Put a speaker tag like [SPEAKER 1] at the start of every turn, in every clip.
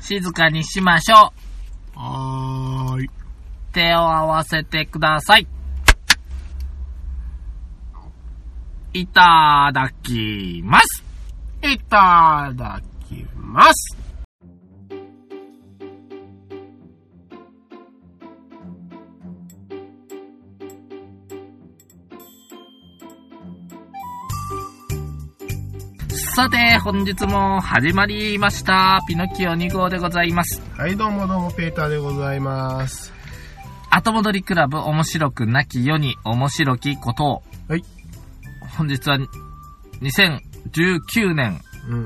[SPEAKER 1] 静かにしましょ
[SPEAKER 2] はーい。
[SPEAKER 1] う。手を合わせてください。いただきます。
[SPEAKER 2] いただきます。
[SPEAKER 1] さて、本日も始まりました。ピノキオ2号でございます。
[SPEAKER 2] はい、どうもどうも、ペーターでございます。
[SPEAKER 1] 後戻りクラブ面白くなき世に面白きことを。
[SPEAKER 2] はい。
[SPEAKER 1] 本日は2019年
[SPEAKER 2] うん、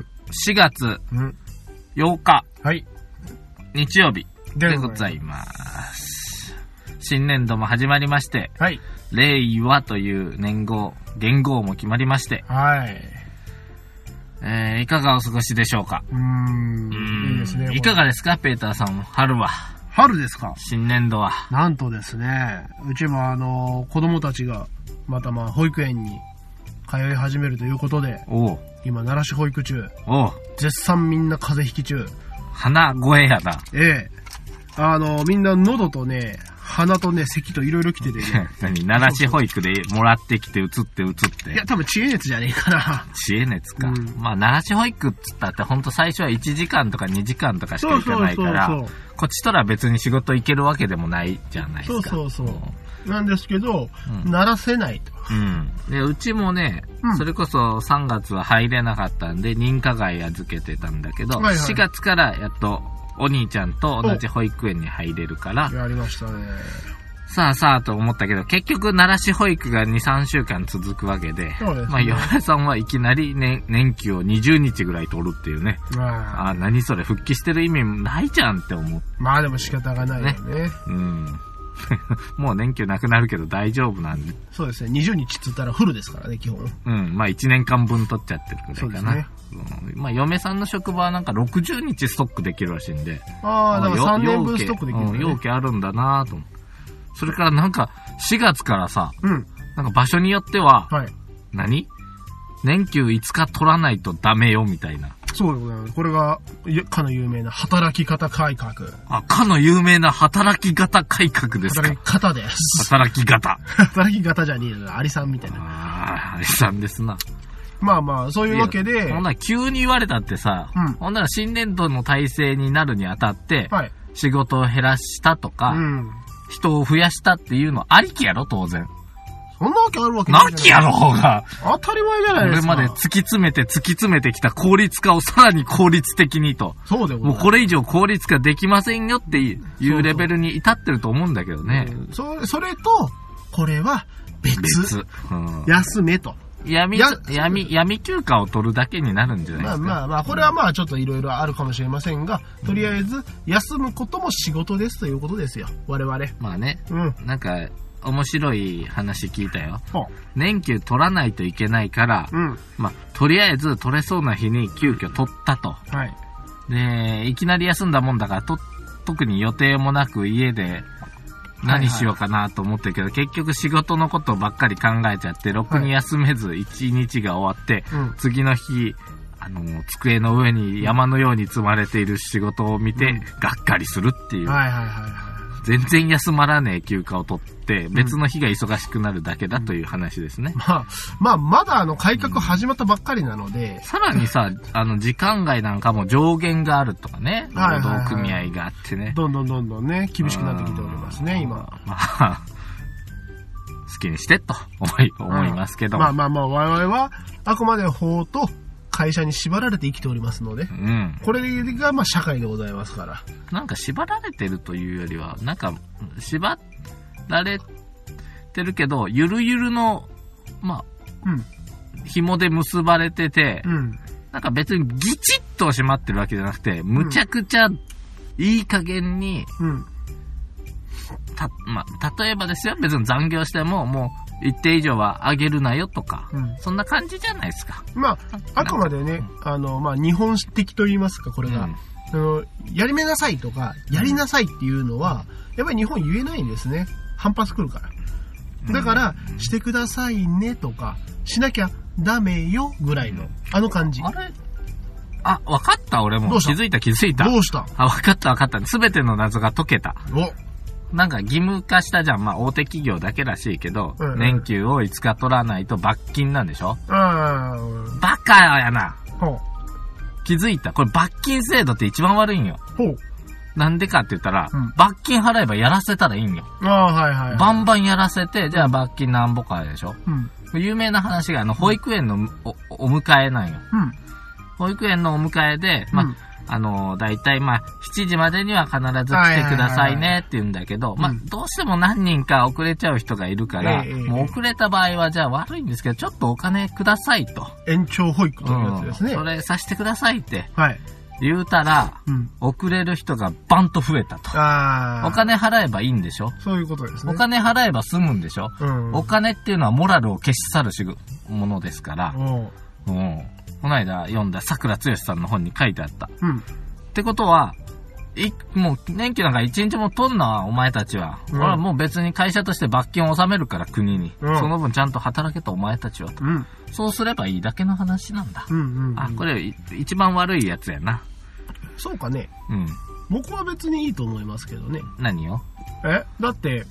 [SPEAKER 1] 4月
[SPEAKER 2] うん。
[SPEAKER 1] 8日
[SPEAKER 2] はい。
[SPEAKER 1] 日曜日でご
[SPEAKER 2] ます
[SPEAKER 1] ざいます。新年度も始まりまして、
[SPEAKER 2] はい。
[SPEAKER 1] 令和という年号、元号も決まりまして、
[SPEAKER 2] はい。
[SPEAKER 1] えー、いかがお過ごしでしょうか
[SPEAKER 2] うーん
[SPEAKER 1] う
[SPEAKER 2] いいですね。
[SPEAKER 1] いかがですか、ペーターさんも。春は、
[SPEAKER 2] 春ですか
[SPEAKER 1] 新年度は。
[SPEAKER 2] なんとですね、うちもあの、子供たちが、またまあ、保育園に通い始めるということで、
[SPEAKER 1] おう、
[SPEAKER 2] 今、奈良市保育中、
[SPEAKER 1] おう、
[SPEAKER 2] 絶賛みんな風邪ひき中。
[SPEAKER 1] 花声や な。
[SPEAKER 2] ええ。あの、みんな喉とね、鼻とね、咳といろいろ来ててね。
[SPEAKER 1] 何奈良市保育でもらってきて、移って、移っ
[SPEAKER 2] い
[SPEAKER 1] て
[SPEAKER 2] や、。多分知恵熱じゃねえかな。
[SPEAKER 1] 知恵熱か。
[SPEAKER 2] うん
[SPEAKER 1] まあ、奈良市保育っつったって、ほんと最初は1時間とか2時間とかしか行か ないから、
[SPEAKER 2] そうそうそう
[SPEAKER 1] こっちとら別に仕事行けるわけでもないじゃないですか。
[SPEAKER 2] そうそうそう。なんですけど、
[SPEAKER 1] うん
[SPEAKER 2] 鳴らせないと。
[SPEAKER 1] うん。で、うちもね、
[SPEAKER 2] うん
[SPEAKER 1] それこそ3月は入れなかったんで、認可外預けてたんだけど、
[SPEAKER 2] はいはい
[SPEAKER 1] 4月からやっと、お兄ちゃんと同じ保育園に入れるから、
[SPEAKER 2] やりましたね。
[SPEAKER 1] さあさあと思ったけど、結局、奈良市保育が2、3週間続くわけで、
[SPEAKER 2] そうですね
[SPEAKER 1] まあ、岩田さんはいきなり、ね、年休を20日ぐらい取るっていうね、
[SPEAKER 2] まあ、
[SPEAKER 1] ああ、何それ、復帰してる意味ないじゃんって思う。
[SPEAKER 2] まあでも仕方がないよね。
[SPEAKER 1] うん。 もう年休なくなるけど大丈夫なんで、
[SPEAKER 2] そうですね。20日っつったらフルですからね、基本。
[SPEAKER 1] うん、まあ1年間分取っちゃってるぐらいかな。うん、まあ嫁さんの職場はなんか60日ストックできるらしいんで、
[SPEAKER 2] ああ、だから3
[SPEAKER 1] よ
[SPEAKER 2] 年分ストックできる
[SPEAKER 1] うんん
[SPEAKER 2] だ
[SPEAKER 1] 容
[SPEAKER 2] ね。
[SPEAKER 1] 器あるんだなと思う。それからなんか4月からさ、
[SPEAKER 2] うん。
[SPEAKER 1] なんか場所によっては、
[SPEAKER 2] はい。
[SPEAKER 1] 何年休5日取らないとダメよみたいな。
[SPEAKER 2] そうでございます。これが、ゆかの有名な働き方改革。
[SPEAKER 1] あ、かの有名な働き方改革です
[SPEAKER 2] 働
[SPEAKER 1] か
[SPEAKER 2] き。方です。
[SPEAKER 1] 働き方。
[SPEAKER 2] 働き方じゃねえよ。アリさんみたいな。
[SPEAKER 1] ああ、さんですな。
[SPEAKER 2] まあまあ、そういうわけ
[SPEAKER 1] い
[SPEAKER 2] で
[SPEAKER 1] や、ほんなら急に言われたってさ、
[SPEAKER 2] うん
[SPEAKER 1] ほんなら新年度の体制になるにあたって、
[SPEAKER 2] はい。
[SPEAKER 1] 仕事を減らしたとか、
[SPEAKER 2] うん。
[SPEAKER 1] 人を増やしたっていうのありきやろ、当然。
[SPEAKER 2] そんなわけあるわけ
[SPEAKER 1] な
[SPEAKER 2] じゃ
[SPEAKER 1] きやろ、方が。
[SPEAKER 2] 当たり前じゃ
[SPEAKER 1] こ
[SPEAKER 2] ないで
[SPEAKER 1] れ
[SPEAKER 2] す
[SPEAKER 1] ま
[SPEAKER 2] か。
[SPEAKER 1] で突き詰めて突き詰めてきた効率化をさらに効率的にと。
[SPEAKER 2] そうでござい
[SPEAKER 1] も
[SPEAKER 2] ま
[SPEAKER 1] う
[SPEAKER 2] す。
[SPEAKER 1] これ以上効率化できませんよっていうレベルに至ってると思うんだけどね。
[SPEAKER 2] うんそそれと、これは別。
[SPEAKER 1] 別。うん
[SPEAKER 2] 休めと。
[SPEAKER 1] 闇
[SPEAKER 2] や、
[SPEAKER 1] 闇、闇休暇を取るだけになるんじゃないで
[SPEAKER 2] ますあ
[SPEAKER 1] か。
[SPEAKER 2] まあまあ、これはまあちょっといろいろあるかもしれませんが、とりあえず、休むことも仕事ですということですよ。我々。
[SPEAKER 1] まあね、
[SPEAKER 2] うん。
[SPEAKER 1] なんか、面白い話聞いたよ。
[SPEAKER 2] ほ
[SPEAKER 1] 年休取らないといけないから
[SPEAKER 2] う。、うん。
[SPEAKER 1] まあ、とりあえず取れそうな日に急遽取ったと。
[SPEAKER 2] はい。
[SPEAKER 1] で、いきなり休んだもんだから、と、特に予定もなく家で何しようかなと思ってるけど、結局仕事のことばっかり考えちゃって、ろくに休めず1日が終わって、
[SPEAKER 2] うん。
[SPEAKER 1] 次の日、あの、机の上に山のように積まれている仕事を見て、
[SPEAKER 2] うん
[SPEAKER 1] がっかりするっていう、
[SPEAKER 2] はいはいはいはい。
[SPEAKER 1] 全然休まらねえ休暇を取って、別の日が忙しくなるだけだという話ですね。
[SPEAKER 2] まあ、まあ、まだあの、改革始まったばっかりなので、
[SPEAKER 1] さらにさ、あの、時間外なんかも上限があるとかね、
[SPEAKER 2] はいは
[SPEAKER 1] 労
[SPEAKER 2] いはい
[SPEAKER 1] 働組合があってね。
[SPEAKER 2] どんどんどんどんね、厳しくなってきております
[SPEAKER 1] うん
[SPEAKER 2] ね、今。。
[SPEAKER 1] まあ、好きにしてと思い、思いますけど。
[SPEAKER 2] まあまあまあ、我々は、あくまで法と会社に縛られて生きておりますので
[SPEAKER 1] う、ん。
[SPEAKER 2] これがまあ社会でございますから。
[SPEAKER 1] なんか縛られてるというよりは、なんか、縛られてるけど、ゆるゆるの、ま
[SPEAKER 2] うん。
[SPEAKER 1] あ、紐で結ばれてて、
[SPEAKER 2] うん。
[SPEAKER 1] なんか別にギチッと締まってるわけじゃなくて、むちゃくちゃ、いい加減に、
[SPEAKER 2] うん。
[SPEAKER 1] た、まあ、例えばですよ、別に残業しても、もう、一定以上は上げるなよとか、
[SPEAKER 2] うん
[SPEAKER 1] そんな感じじゃないですか。
[SPEAKER 2] まあ、あくまでね、あの、まあ、日本的と言いますか、これが。
[SPEAKER 1] うん
[SPEAKER 2] あの、やりめなさいとか、やりなさいっていうのは、やっぱり日本言えないんですね。反発くるから。だから、してくださいねとか、しなきゃダメよぐらいの、あの感じ。
[SPEAKER 1] あれあ、わかった、俺
[SPEAKER 2] ど
[SPEAKER 1] も。
[SPEAKER 2] うした
[SPEAKER 1] 気づいた、気づいた。
[SPEAKER 2] どうした
[SPEAKER 1] あ、わかった、わかった。すべての謎が解けた。
[SPEAKER 2] お、
[SPEAKER 1] なんか義務化したじゃん。まあ、大手企業だけらしいけど、
[SPEAKER 2] うんうん
[SPEAKER 1] 年給を5日取らないと罰金なんでしょ
[SPEAKER 2] あー、
[SPEAKER 1] バカやな。
[SPEAKER 2] ほう、
[SPEAKER 1] 気づいた。これ罰金制度って一番悪いんよ。
[SPEAKER 2] ほう。
[SPEAKER 1] なんでかって言ったら、
[SPEAKER 2] うん
[SPEAKER 1] 罰金払えばやらせたらいいんよ。
[SPEAKER 2] あー、はいはい、はい。
[SPEAKER 1] バンバンやらせて、じゃあ罰金なんぼかでしょ
[SPEAKER 2] うん、
[SPEAKER 1] 有名な話が、あの、保育園のおおお迎えなんよ。
[SPEAKER 2] うん、
[SPEAKER 1] 保育園のお迎えで、まあ、
[SPEAKER 2] うん
[SPEAKER 1] あの、だいたいまあ、7時までには必ず来てくださいねって言うんだけど、
[SPEAKER 2] いはいはい
[SPEAKER 1] まあ、どうしても何人か遅れちゃう人がいるから、
[SPEAKER 2] ええええ
[SPEAKER 1] もう遅れた場合は、じゃあ悪いんですけど、ちょっとお金くださいと。
[SPEAKER 2] 延長保育というやつですね。
[SPEAKER 1] それさせてくださいって
[SPEAKER 2] はい。
[SPEAKER 1] 言うたら、
[SPEAKER 2] うん。
[SPEAKER 1] 遅れる人がバンと増えたと。
[SPEAKER 2] あー。
[SPEAKER 1] お金払えばいいんでしょ
[SPEAKER 2] そういうことですね。
[SPEAKER 1] お金払えば済むんでしょ
[SPEAKER 2] うん。
[SPEAKER 1] お金っていうのはモラルを消し去るしぐものですから、
[SPEAKER 2] おう
[SPEAKER 1] うん。この間読んだ桜剛さんの本に書いてあった。
[SPEAKER 2] うん。
[SPEAKER 1] ってことは、い、もう、年金なんか一日も取んな、お前たちは。
[SPEAKER 2] うん
[SPEAKER 1] 俺はもう別に会社として罰金を納めるから、国に。
[SPEAKER 2] うん
[SPEAKER 1] その分ちゃんと働けたお前たちはと。
[SPEAKER 2] うん。
[SPEAKER 1] そうすればいいだけの話なんだ。
[SPEAKER 2] うん。うん。
[SPEAKER 1] あ、これ、い一番悪いやつやな。
[SPEAKER 2] そうかね。
[SPEAKER 1] うん。
[SPEAKER 2] 僕は別にいいと思いますけどね。
[SPEAKER 1] 何よ
[SPEAKER 2] えだって、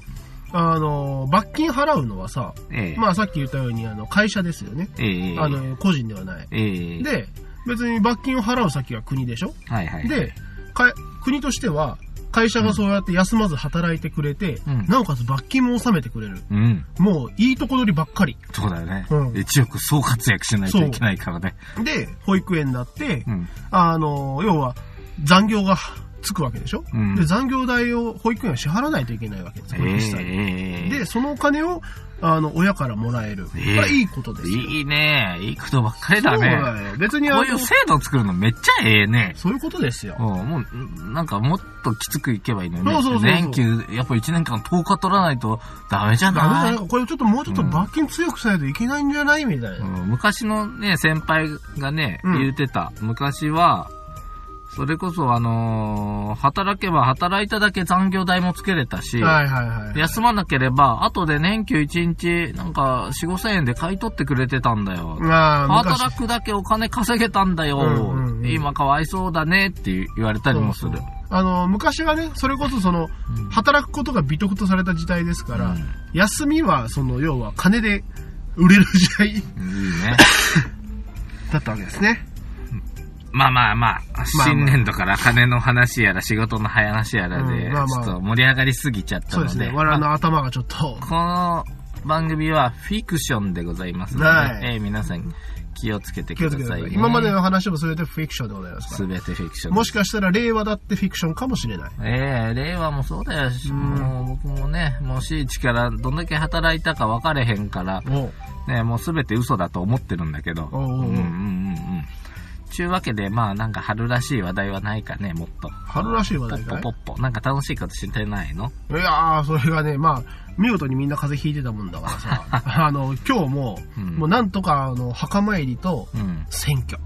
[SPEAKER 2] あの、罰金払うのはさ、
[SPEAKER 1] ええ。
[SPEAKER 2] まあさっき言ったように、あの、会社ですよね。
[SPEAKER 1] ええ
[SPEAKER 2] あの、個人ではない。
[SPEAKER 1] ええ
[SPEAKER 2] で、別に罰金を払う先は国でしょ
[SPEAKER 1] はいはい。
[SPEAKER 2] で、か国としては、会社がそうやって休まず働いてくれて、
[SPEAKER 1] うん
[SPEAKER 2] なおかつ罰金も納めてくれる。
[SPEAKER 1] うん。
[SPEAKER 2] もういいとこ取りばっかり。
[SPEAKER 1] そうだよね。
[SPEAKER 2] うん
[SPEAKER 1] 一億総活躍しないといけないからね。
[SPEAKER 2] で、保育園だって、
[SPEAKER 1] うん。
[SPEAKER 2] あの、要は残業がつくわけでしょ、
[SPEAKER 1] うん
[SPEAKER 2] で、残業代を保育園は支払わないといけないわけです、
[SPEAKER 1] え
[SPEAKER 2] これ実際に
[SPEAKER 1] え
[SPEAKER 2] で、そのお金を、あの、親からもらえる。こ
[SPEAKER 1] ええ
[SPEAKER 2] れはいいことですよ。
[SPEAKER 1] いいね。いいことばっかりだ
[SPEAKER 2] そう
[SPEAKER 1] ね。
[SPEAKER 2] だよ。別にあ
[SPEAKER 1] こう
[SPEAKER 2] の
[SPEAKER 1] いう制度作るのめっちゃええね。
[SPEAKER 2] そういうことですよ。
[SPEAKER 1] うん、もう、んなんかもっときつくいけばいいのにね。
[SPEAKER 2] そうそうそうそう
[SPEAKER 1] 年休、やっぱ1年間10日取らないとダメじゃ
[SPEAKER 2] ダメだ
[SPEAKER 1] ない
[SPEAKER 2] ねなんかこれちょっともうちょっと罰金強くしないといけないんじゃないみたいな。
[SPEAKER 1] うん昔のね、先輩がね、
[SPEAKER 2] うん
[SPEAKER 1] 言うてた。昔は、それこそあのー働けば働いただけ残業代もつけれたし、
[SPEAKER 2] はいはいはい。
[SPEAKER 1] 休まなければ、後で年休1日、なんか4、5千円で買い取ってくれてたんだよ。
[SPEAKER 2] まあ、昔。
[SPEAKER 1] 働くだけお金稼げたんだよ。
[SPEAKER 2] うんうんうん
[SPEAKER 1] 今かわいそうだねって言われたりもする。
[SPEAKER 2] そうそうあの、昔はね、それこそその、
[SPEAKER 1] うん
[SPEAKER 2] 働くことが美徳とされた時代ですから、
[SPEAKER 1] うん
[SPEAKER 2] 休みは、その、要は金で売れる時代
[SPEAKER 1] いいね。
[SPEAKER 2] だったわけですね。
[SPEAKER 1] まあまあまあ、
[SPEAKER 2] まあ
[SPEAKER 1] 新年度から金の話やら仕事の話やらで、
[SPEAKER 2] うんまあまあ
[SPEAKER 1] ちょっと盛り上がりすぎちゃった
[SPEAKER 2] そう
[SPEAKER 1] の
[SPEAKER 2] で
[SPEAKER 1] で、
[SPEAKER 2] すね。我々
[SPEAKER 1] ま
[SPEAKER 2] の頭がちょっと。
[SPEAKER 1] あこの番組はフィクションでございますので、
[SPEAKER 2] はい
[SPEAKER 1] えー皆さん気をつけて
[SPEAKER 2] 気
[SPEAKER 1] く
[SPEAKER 2] を
[SPEAKER 1] だ
[SPEAKER 2] つけてく
[SPEAKER 1] さ
[SPEAKER 2] だ
[SPEAKER 1] い、
[SPEAKER 2] さ
[SPEAKER 1] ね。
[SPEAKER 2] い。今までの話もそれでフィクションでございますから。
[SPEAKER 1] すべてフィクションで
[SPEAKER 2] も
[SPEAKER 1] す。
[SPEAKER 2] しかしたら令和だってフィクションかもしれない。
[SPEAKER 1] ええ令和もそうだよし、
[SPEAKER 2] うん
[SPEAKER 1] もう僕もね、もうしいちからどんだけ働いたか分かれへんから、
[SPEAKER 2] おう
[SPEAKER 1] ね、もうすべて嘘だと思ってるんだけど。
[SPEAKER 2] おうおうおう
[SPEAKER 1] うんうんうんうん。ちゅうわけで、まあなんか春らしい話題はないかね、もっと。
[SPEAKER 2] 春らしい話
[SPEAKER 1] ポ
[SPEAKER 2] 題
[SPEAKER 1] ッ
[SPEAKER 2] か
[SPEAKER 1] ポ
[SPEAKER 2] い
[SPEAKER 1] ポッポ。なんか楽しいこと知ってないの
[SPEAKER 2] いやー、それがね、まあ、見事にみんな風邪ひいてたもんだからさ、 あの、今日も、
[SPEAKER 1] うん
[SPEAKER 2] もうなんとか、あの、墓参りと
[SPEAKER 1] うん。
[SPEAKER 2] 選挙。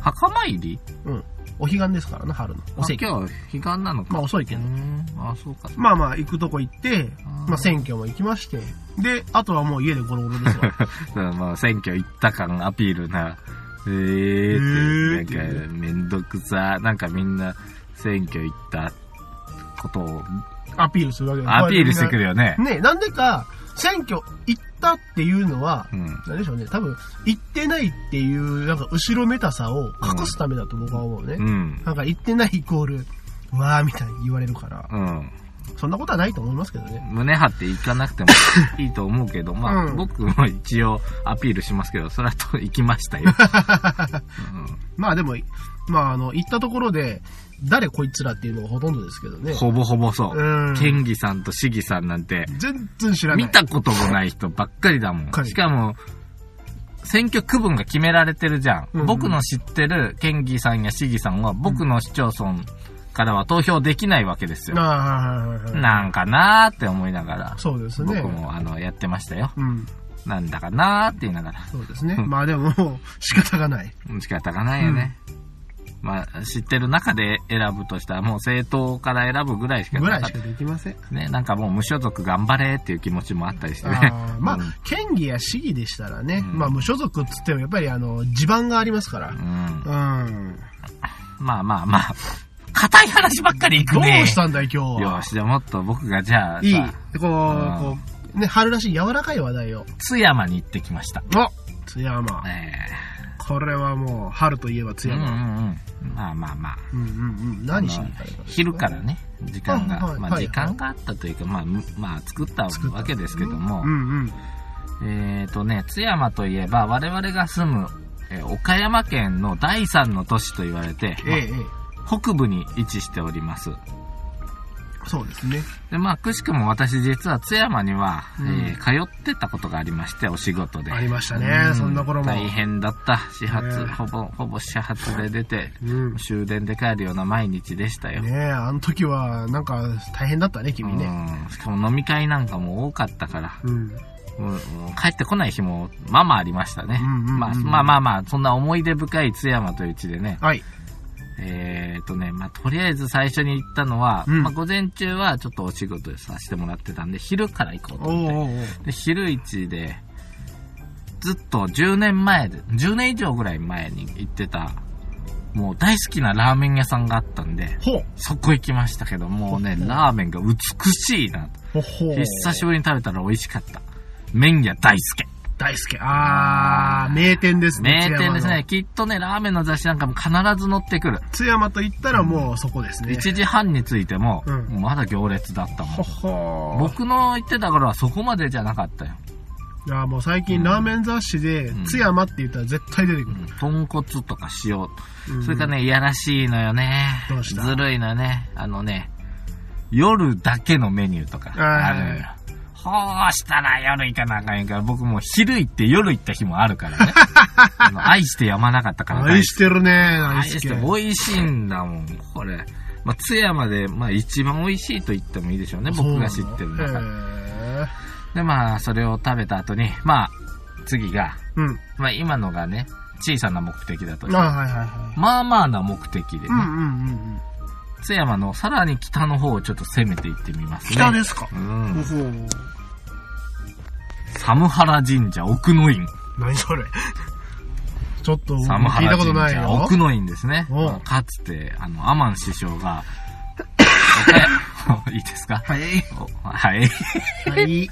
[SPEAKER 1] 墓参り
[SPEAKER 2] うん。お彼岸ですからね、春の。お
[SPEAKER 1] あ
[SPEAKER 2] 赤
[SPEAKER 1] 今日、悲願なのか。
[SPEAKER 2] まあ遅いけ
[SPEAKER 1] う
[SPEAKER 2] ど。
[SPEAKER 1] ん。あ、そうか。
[SPEAKER 2] まあまあ、行くとこ行って、
[SPEAKER 1] あー
[SPEAKER 2] まあ選挙も行きまして、で、あとはもう家でゴロゴロです わ。
[SPEAKER 1] だまあ、選挙行った感アピールな。え
[SPEAKER 2] ー
[SPEAKER 1] ー
[SPEAKER 2] っ
[SPEAKER 1] ってて、なんか、めんどくさ。なんかみんな、選挙行ったことを
[SPEAKER 2] アピールするわけです
[SPEAKER 1] アピールしてくるよね。
[SPEAKER 2] ね、なんでか、選挙行ったっていうのは
[SPEAKER 1] う、ん。
[SPEAKER 2] なんでしょうね、多分、行ってないっていう、なんか後ろめたさを隠すためだと僕は思うね。
[SPEAKER 1] うん。
[SPEAKER 2] なんか行ってないイコール、うわーみたいに言われるから。
[SPEAKER 1] うん。
[SPEAKER 2] そんなことはないと思いますけどね。
[SPEAKER 1] 胸張って行かなく てもいいと思うけど、まあ、
[SPEAKER 2] うん
[SPEAKER 1] 僕も一応アピールしますけど、それはと行きました よ。
[SPEAKER 2] まあでも、まああの、行ったところで、誰こいつらっていうのがほとんどですけどね。
[SPEAKER 1] ほぼほぼそうう。
[SPEAKER 2] ん。
[SPEAKER 1] 県議さんと市議さんなんて、
[SPEAKER 2] 全然知らない。
[SPEAKER 1] 見たこともない人ばっかりだも
[SPEAKER 2] か
[SPEAKER 1] ん。
[SPEAKER 2] り
[SPEAKER 1] しかも、選挙区分が決められてるじゃん。
[SPEAKER 2] うんうん
[SPEAKER 1] 僕の知ってる県議さんや市議さんは、僕の市町村からは投票できないわけですよ。
[SPEAKER 2] なあ、はいはいはいはい
[SPEAKER 1] なんかなーって思いながら、
[SPEAKER 2] そうですね。
[SPEAKER 1] 僕もあの、やってましたよ。
[SPEAKER 2] うん。
[SPEAKER 1] なんだかなーって言いながら。
[SPEAKER 2] そうですね。
[SPEAKER 1] うん
[SPEAKER 2] まあでも、仕方がない。
[SPEAKER 1] 仕方がないよね。まあ、知ってる中で選ぶとしたら、もう政党から選ぶぐらいしか
[SPEAKER 2] ぐ
[SPEAKER 1] ない
[SPEAKER 2] ら
[SPEAKER 1] かっ
[SPEAKER 2] したかできません。
[SPEAKER 1] ね。なんかもう無所属頑張れっていう気持ちもあったりしてね。
[SPEAKER 2] あーまあ
[SPEAKER 1] うん、
[SPEAKER 2] 県議や市議でしたらね、
[SPEAKER 1] うん
[SPEAKER 2] まあ無所属っつってもやっぱりあの、地盤がありますから
[SPEAKER 1] う。ん
[SPEAKER 2] うん。
[SPEAKER 1] まあまあまあ。硬い話ばっかりいく
[SPEAKER 2] どう
[SPEAKER 1] ね。
[SPEAKER 2] したんだい、今日
[SPEAKER 1] よ
[SPEAKER 2] は。
[SPEAKER 1] し、じゃあもっと僕がじゃあさ、
[SPEAKER 2] いい。こ
[SPEAKER 1] ん
[SPEAKER 2] う、こう、ね、春らしい柔らかい話題を。
[SPEAKER 1] 津山に行ってきました。
[SPEAKER 2] あ津山。
[SPEAKER 1] え
[SPEAKER 2] これはもう、春といえば
[SPEAKER 1] え
[SPEAKER 2] 津
[SPEAKER 1] うん
[SPEAKER 2] 山。
[SPEAKER 1] うんうん。まあまあまあ。
[SPEAKER 2] うんうんうん。何しに行ったらいいか
[SPEAKER 1] 昼からね、時間が、
[SPEAKER 2] はいはい
[SPEAKER 1] まあ
[SPEAKER 2] はい
[SPEAKER 1] 時間があったというか、まあ、むまあ作った
[SPEAKER 2] 作った
[SPEAKER 1] わけですけども、
[SPEAKER 2] うんうん。
[SPEAKER 1] えっ、とね、津山といえば我々が住む、えー岡山県の第三の都市と言われて、
[SPEAKER 2] ええ、ええ。
[SPEAKER 1] まあ北部に位置しております。
[SPEAKER 2] そうですね。
[SPEAKER 1] で、まあ、くしくも私実は津山には、
[SPEAKER 2] うん
[SPEAKER 1] えー通ってたことがありまして、お仕事で。
[SPEAKER 2] ありましたね
[SPEAKER 1] う
[SPEAKER 2] そんな頃も
[SPEAKER 1] 大変だった。始発、
[SPEAKER 2] ねえ
[SPEAKER 1] ほぼ、ほぼ始発で出て、
[SPEAKER 2] うん。
[SPEAKER 1] 終電で帰るような毎日でしたよ。
[SPEAKER 2] ねえ、あの時は、なんか、大変だったね、君ね。
[SPEAKER 1] うんしかも飲み会なんかも多かったから、
[SPEAKER 2] うん。
[SPEAKER 1] もうもう帰ってこない日もまあまあありましたね。
[SPEAKER 2] うんうんうんうん
[SPEAKER 1] まあまあまあまあ、そんな思い出深い津山という地でね、
[SPEAKER 2] はい。
[SPEAKER 1] えー、とね、まあとりあえず最初に行ったのは、
[SPEAKER 2] うん
[SPEAKER 1] まあ午前中はちょっとお仕事させてもらってたんで、昼から行こうと
[SPEAKER 2] おう
[SPEAKER 1] 思って。
[SPEAKER 2] おうおう。
[SPEAKER 1] で昼市でずっと10年前で10年以上ぐらい前に行ってたもう大好きなラーメン屋さんがあったんで
[SPEAKER 2] ほう。
[SPEAKER 1] そこ行きましたけどもうねラーメンが美しいな
[SPEAKER 2] ほほう。
[SPEAKER 1] 久しぶりに食べたら美味しかった麺屋大輔
[SPEAKER 2] 大好き。あー、名店ですね。
[SPEAKER 1] 名店です
[SPEAKER 2] 津山
[SPEAKER 1] ね
[SPEAKER 2] の。
[SPEAKER 1] きっとねラーメンの雑誌なんかも必ず載ってくる
[SPEAKER 2] 津山と言ったらもうそこですね。
[SPEAKER 1] 1時半に着いても、
[SPEAKER 2] うん
[SPEAKER 1] まだ行列だったも
[SPEAKER 2] ほ
[SPEAKER 1] ん
[SPEAKER 2] ほー。
[SPEAKER 1] 僕の行ってた頃はそこまでじゃなかったよ
[SPEAKER 2] あーもう最近ラーメン雑誌で
[SPEAKER 1] ん、
[SPEAKER 2] 津山って言ったら絶対出てくる。
[SPEAKER 1] 豚骨とか塩
[SPEAKER 2] うん
[SPEAKER 1] それからね、いやらしいのよね。
[SPEAKER 2] どうした
[SPEAKER 1] ずるいのよね。あのね、夜だけのメニューとかあるのよ。ほうしたら夜行かなあかんやから、僕もう昼行って夜行った日もあるから ね。あの愛してやまなかったから
[SPEAKER 2] 愛してるね、
[SPEAKER 1] 愛
[SPEAKER 2] 大好
[SPEAKER 1] し
[SPEAKER 2] き
[SPEAKER 1] て。。美味しいんだもん、これ。まあ、津山で、まあ、一番美味しいと言ってもいいでしょうね、僕が知ってる
[SPEAKER 2] そうな
[SPEAKER 1] 中で。
[SPEAKER 2] のへー
[SPEAKER 1] で、まあ、それを食べた後に、まあ、次が、
[SPEAKER 2] うん。
[SPEAKER 1] まあ、今のがね、小さな目的だとして
[SPEAKER 2] あはいはいはい。
[SPEAKER 1] まあまあな目的でね、
[SPEAKER 2] うんうんうんうん。
[SPEAKER 1] 津山のさらに北の方をちょっと攻めていってみますね。
[SPEAKER 2] 北ですか。
[SPEAKER 1] う
[SPEAKER 2] ほ
[SPEAKER 1] ん。
[SPEAKER 2] ほう。
[SPEAKER 1] サムハラ神社奥の院。
[SPEAKER 2] 何それ。ちょっと、
[SPEAKER 1] サムハ
[SPEAKER 2] 聞い
[SPEAKER 1] ラ
[SPEAKER 2] たこと
[SPEAKER 1] 神
[SPEAKER 2] ない
[SPEAKER 1] 社
[SPEAKER 2] よ
[SPEAKER 1] 奥。の院ですね
[SPEAKER 2] おう。
[SPEAKER 1] かつて、あの、アマン師匠 が、おいいですか
[SPEAKER 2] はい。
[SPEAKER 1] お はい。
[SPEAKER 2] はい。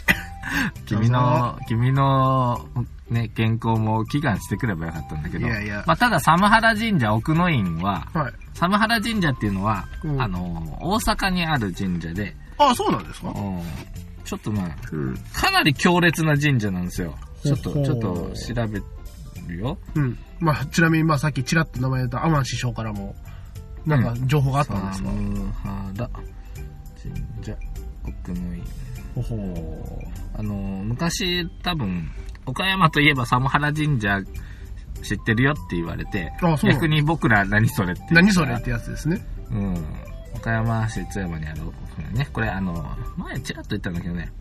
[SPEAKER 1] 君の、君の、ね、健康も祈願してくればよかったんだけど。
[SPEAKER 2] いやいや
[SPEAKER 1] まあ、ただ、サムハラ神社奥の院は、
[SPEAKER 2] はい。
[SPEAKER 1] サムハラ神社っていうのは、
[SPEAKER 2] うん
[SPEAKER 1] あの、大阪にある神社で、
[SPEAKER 2] あ、そうなんですか
[SPEAKER 1] うんちょっとまあ、
[SPEAKER 2] うん。
[SPEAKER 1] かなり強烈な神社なんですよ。ちょっと、
[SPEAKER 2] ほほう
[SPEAKER 1] ちょっと調べるよ。
[SPEAKER 2] うん。まあ、ちなみに、まあ、さっきちらっと名前出たアマン師匠からも、なんか情報があったんですか、
[SPEAKER 1] ムハラ神社奥の院。
[SPEAKER 2] ほほ
[SPEAKER 1] あの、昔多分、岡山といえばサムハラ神社知ってるよって言われて
[SPEAKER 2] あ、そう
[SPEAKER 1] 逆に僕ら何それって言うから
[SPEAKER 2] 何それってやつですね。
[SPEAKER 1] うん。岡山市津山にある、ね、これあの、前ちらっと言ったんだけどね。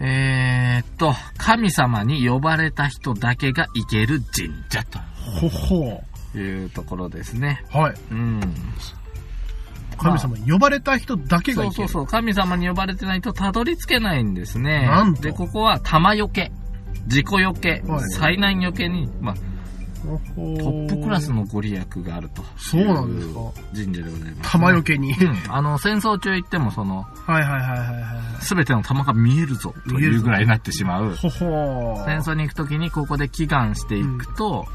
[SPEAKER 1] えー、っと、神様に呼ばれた人だけが行ける神社
[SPEAKER 2] ほほ
[SPEAKER 1] というところですね。
[SPEAKER 2] う。はい。
[SPEAKER 1] うん。
[SPEAKER 2] 神様、呼ばれた人だけが
[SPEAKER 1] そう
[SPEAKER 2] いけ
[SPEAKER 1] そ
[SPEAKER 2] る。
[SPEAKER 1] うそう。神様に呼ばれてないとたどり着けないんですね。
[SPEAKER 2] なんと
[SPEAKER 1] で、ここは玉よけ、事故よけ
[SPEAKER 2] はい、
[SPEAKER 1] 災難よけに、まあ、
[SPEAKER 2] ほほう
[SPEAKER 1] トップクラスのご利益があると。
[SPEAKER 2] そうなんですか。
[SPEAKER 1] 神社でございます。
[SPEAKER 2] 玉よけに。
[SPEAKER 1] うん。あの、戦争中行ってもその、
[SPEAKER 2] はいはいはいはいは
[SPEAKER 1] すべての玉が見えるぞというぐらいになってしまう
[SPEAKER 2] い。。ほほ
[SPEAKER 1] 戦争に行くときにここで祈願していくと、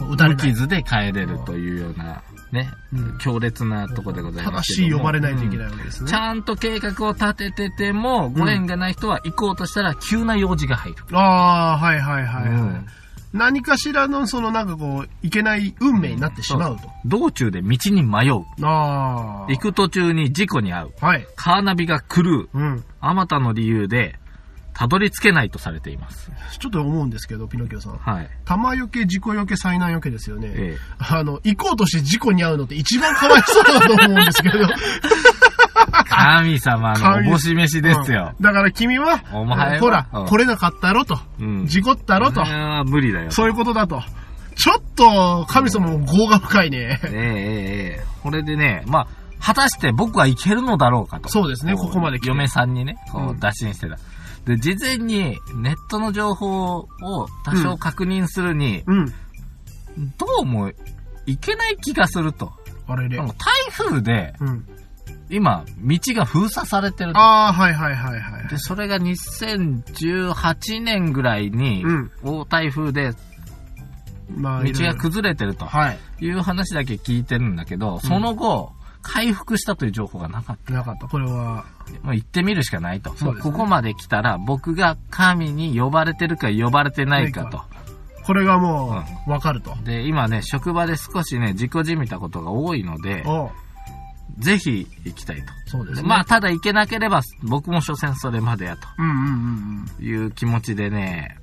[SPEAKER 2] う。打た
[SPEAKER 1] 無
[SPEAKER 2] れない。
[SPEAKER 1] 傷で帰れるというような、ね、
[SPEAKER 2] うん
[SPEAKER 1] 強烈なとこでございま
[SPEAKER 2] 正
[SPEAKER 1] す
[SPEAKER 2] し
[SPEAKER 1] け
[SPEAKER 2] い
[SPEAKER 1] ど
[SPEAKER 2] 呼
[SPEAKER 1] も。
[SPEAKER 2] ばれないといけ
[SPEAKER 1] う
[SPEAKER 2] なんいわけです
[SPEAKER 1] ち
[SPEAKER 2] ね。
[SPEAKER 1] ゃんと計画を立ててても、ご縁がない人は行こうとしたら急な用事が入る。
[SPEAKER 2] ああ、はいはいはい、はい
[SPEAKER 1] うん
[SPEAKER 2] 何かしらの、そのなんかこう、いけない運命になってしまうと。
[SPEAKER 1] 道中で道に迷う。
[SPEAKER 2] ああ。
[SPEAKER 1] 行く途中に事故に遭う。
[SPEAKER 2] はい。
[SPEAKER 1] カーナビが狂う。
[SPEAKER 2] うん。
[SPEAKER 1] あまたの理由で、たどり着けないとされています。
[SPEAKER 2] ちょっと思うんですけど、ピノキオさん。
[SPEAKER 1] はい。
[SPEAKER 2] 玉よけ、事故よけ、災難よけですよね。
[SPEAKER 1] ええ
[SPEAKER 2] あの、行こうとして事故に遭うのって一番かわいそうだと思うんですけど。
[SPEAKER 1] 神様のおぼし飯ですよ。
[SPEAKER 2] うんだから君は、
[SPEAKER 1] お前は
[SPEAKER 2] ほら、
[SPEAKER 1] うん
[SPEAKER 2] 来れなかったろと。
[SPEAKER 1] うん
[SPEAKER 2] 事故ったろと、
[SPEAKER 1] それは無理だよ。
[SPEAKER 2] そういうことだと。ちょっと、神様も業が深いね。
[SPEAKER 1] ええええええこれでね、まあ、果たして僕はいけるのだろうかと。
[SPEAKER 2] そうですね
[SPEAKER 1] う
[SPEAKER 2] ここまで来て
[SPEAKER 1] 嫁さんにね、こ
[SPEAKER 2] う
[SPEAKER 1] う、
[SPEAKER 2] ん
[SPEAKER 1] 打診してた。で、事前にネットの情報を多少確認するに、
[SPEAKER 2] うん。
[SPEAKER 1] どうも行けない気がすると。
[SPEAKER 2] あれで
[SPEAKER 1] なん。か台風で、
[SPEAKER 2] うん。
[SPEAKER 1] 今、道が封鎖されてると。
[SPEAKER 2] ああ、はいはいはいはい。
[SPEAKER 1] で、それが2018年ぐらいに、
[SPEAKER 2] うん
[SPEAKER 1] 大台風で
[SPEAKER 2] まあ、
[SPEAKER 1] 道
[SPEAKER 2] いろいろ
[SPEAKER 1] が崩れてると
[SPEAKER 2] はい。
[SPEAKER 1] いう話だけ聞いてるんだけど、その後、回復したという情報がなかっ
[SPEAKER 2] なかった。これは、
[SPEAKER 1] た。もう行ってみるしかないと。
[SPEAKER 2] そうです
[SPEAKER 1] も
[SPEAKER 2] ね
[SPEAKER 1] うここまで来たら、僕が神に呼ばれてるか呼ばれてないかと。
[SPEAKER 2] これがもう、わかると。
[SPEAKER 1] で、今ね、職場で少しね、自己じみたことが多いので、
[SPEAKER 2] おう
[SPEAKER 1] ぜひ行きたいと。
[SPEAKER 2] そうですね。
[SPEAKER 1] まあ、、ただ行けなければ、僕も所詮それまでや
[SPEAKER 2] うんうんうん
[SPEAKER 1] という気持ちでね、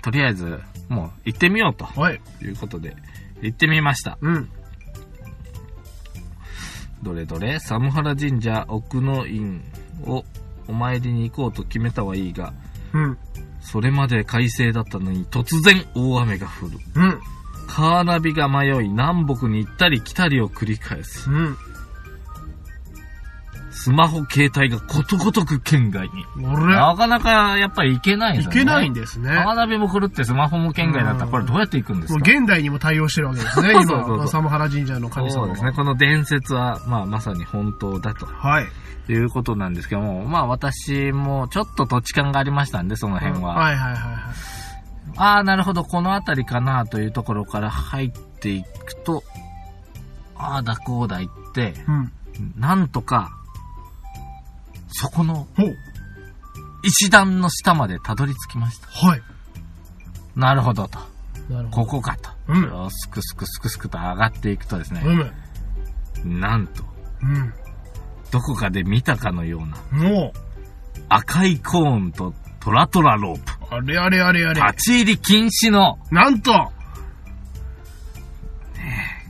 [SPEAKER 1] とりあえず、もう行ってみようと
[SPEAKER 2] うん。はい。
[SPEAKER 1] いうことで、行ってみました。
[SPEAKER 2] うん。
[SPEAKER 1] どれどれ、サムハラ神社奥の院をお参りに行こうと決めたはいいが、
[SPEAKER 2] うん。
[SPEAKER 1] それまで快晴だったのに突然大雨が降る。
[SPEAKER 2] うん。
[SPEAKER 1] カーナビが迷い南北に行ったり来たりを繰り返す。
[SPEAKER 2] うん。
[SPEAKER 1] スマホ携帯がことごとく県外に。
[SPEAKER 2] 俺、
[SPEAKER 1] なかなかやっぱり行けないです
[SPEAKER 2] い
[SPEAKER 1] よね。
[SPEAKER 2] けないんですね。
[SPEAKER 1] カーナビも狂ってスマホも圏外だったらこれどうやって行くんです
[SPEAKER 2] もう
[SPEAKER 1] か
[SPEAKER 2] 現代にも対応してるわけですね、
[SPEAKER 1] そうそうそうそう
[SPEAKER 2] 今、サムハラ神社の神
[SPEAKER 1] そ
[SPEAKER 2] 様
[SPEAKER 1] う
[SPEAKER 2] は
[SPEAKER 1] ですね。。この伝説は、まあ、まさに本当だと
[SPEAKER 2] はい。
[SPEAKER 1] いうことなんですけども、まあ、私もちょっと土地勘がありましたんで、その辺は。
[SPEAKER 2] はいはいはいはい。
[SPEAKER 1] ああ、なるほど、この辺りかなというところから入っていくと、ああだこうだ言って、
[SPEAKER 2] うん。
[SPEAKER 1] なんとか、そこの
[SPEAKER 2] ほう。
[SPEAKER 1] 石段の下までたどり着きました。
[SPEAKER 2] はい。
[SPEAKER 1] なるほどと。
[SPEAKER 2] なるほ
[SPEAKER 1] ここ
[SPEAKER 2] ど。
[SPEAKER 1] かと。
[SPEAKER 2] うん
[SPEAKER 1] これをすくすくすくすくと上がっていくとですね、
[SPEAKER 2] うむ。
[SPEAKER 1] なんと、どこかで見たかのような
[SPEAKER 2] うん。もう、
[SPEAKER 1] 赤いコーンとトラトラロープ。
[SPEAKER 2] あれあれあれあれ。
[SPEAKER 1] 立ち入り禁止の、
[SPEAKER 2] なんと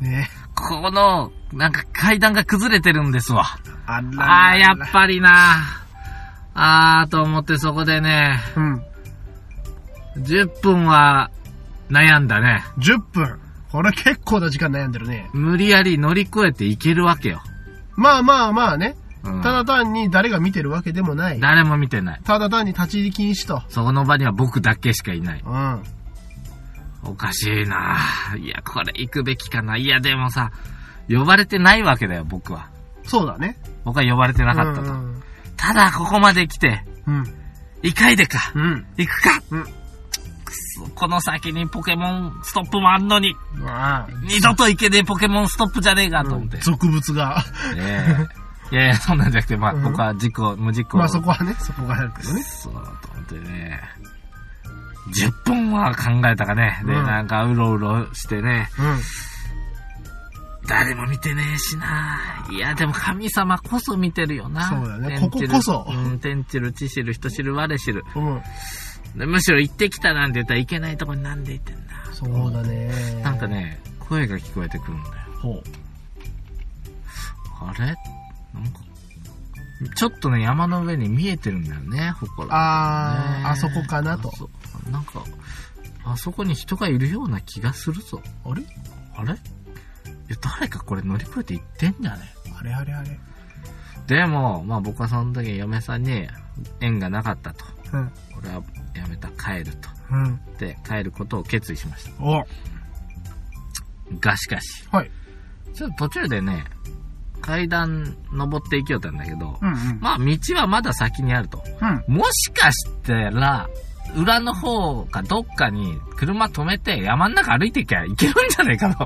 [SPEAKER 2] ね
[SPEAKER 1] この、なんか階段が崩れてるんですわ。
[SPEAKER 2] え。あららら
[SPEAKER 1] ああ、やっ。ぱりな。ああ、と思ってそこでね、
[SPEAKER 2] うん。
[SPEAKER 1] 10分は悩んだね。
[SPEAKER 2] 10分。これ結構な時間悩んでるね。
[SPEAKER 1] 無理やり乗り越えていけるわけよ。
[SPEAKER 2] まあまあまあね。
[SPEAKER 1] うん、
[SPEAKER 2] ただ単に誰が見てるわけでもない。
[SPEAKER 1] 誰も見てない。
[SPEAKER 2] ただ単に立ち入り禁止と。
[SPEAKER 1] そこの場には僕だけしかいない。
[SPEAKER 2] うん。
[SPEAKER 1] おかしいな。いや、これ行くべきかな。いや、でもさ、呼ばれてないわけだよ、僕は。
[SPEAKER 2] そうだね。
[SPEAKER 1] 僕は呼ばれてなかったと。
[SPEAKER 2] うん
[SPEAKER 1] ただ、ここまで来て、
[SPEAKER 2] うん。
[SPEAKER 1] いかいでか。
[SPEAKER 2] うん。
[SPEAKER 1] 行くか、
[SPEAKER 2] うん
[SPEAKER 1] くそこの先にポケモンストップもあんのに、
[SPEAKER 2] うん。あ
[SPEAKER 1] 二度と行けねえポケモンストップじゃねえかと思って。
[SPEAKER 2] 俗物が。
[SPEAKER 1] ええいやいや、そんなんじゃなくて、まあ、
[SPEAKER 2] うん
[SPEAKER 1] 僕は事故、無事故。
[SPEAKER 2] まあそこはね、そこがあるけどね。
[SPEAKER 1] そうだと思ってね。10分は考えたかね。で、
[SPEAKER 2] うん
[SPEAKER 1] なんかうろうろしてね。
[SPEAKER 2] うん。
[SPEAKER 1] 誰も見てねえしな。いや、でも神様こそ見てるよな。
[SPEAKER 2] そうだね
[SPEAKER 1] 天知る
[SPEAKER 2] こここそ
[SPEAKER 1] うん、天知る、地知る、人知る、我知る。
[SPEAKER 2] うん。
[SPEAKER 1] でむしろ行ってきたなんて言ったらいけないとこになんで行ってんだ。
[SPEAKER 2] そうだね。
[SPEAKER 1] なんか。ね、声が聞こえてくるんだよ。
[SPEAKER 2] ほ
[SPEAKER 1] あれなんか、ちょっとね、山の上に見えてるんだよね、ほこ
[SPEAKER 2] う。
[SPEAKER 1] ら。
[SPEAKER 2] あ
[SPEAKER 1] ね
[SPEAKER 2] ー、あそこかなと
[SPEAKER 1] あ。そなんか、あそこに人がいるような気がするぞ。
[SPEAKER 2] あれ
[SPEAKER 1] あれいや、誰かこれ乗り越えて行ってんじゃね
[SPEAKER 2] あれあれあれ。
[SPEAKER 1] でも、まあ僕はその時嫁さんに縁がなかったと。
[SPEAKER 2] うん。
[SPEAKER 1] 俺はやめた、帰ると。
[SPEAKER 2] うん。
[SPEAKER 1] で、帰ることを決意しました。
[SPEAKER 2] お
[SPEAKER 1] がしかし、
[SPEAKER 2] はい。
[SPEAKER 1] ちょっと途中でね、階段登っていきよったんだけど、
[SPEAKER 2] うんうん。
[SPEAKER 1] まあ道はまだ先にあると。
[SPEAKER 2] うん。
[SPEAKER 1] もしかしたら、裏の方かどっかに車止めて山ん中歩いていきゃいけるんじゃないかと。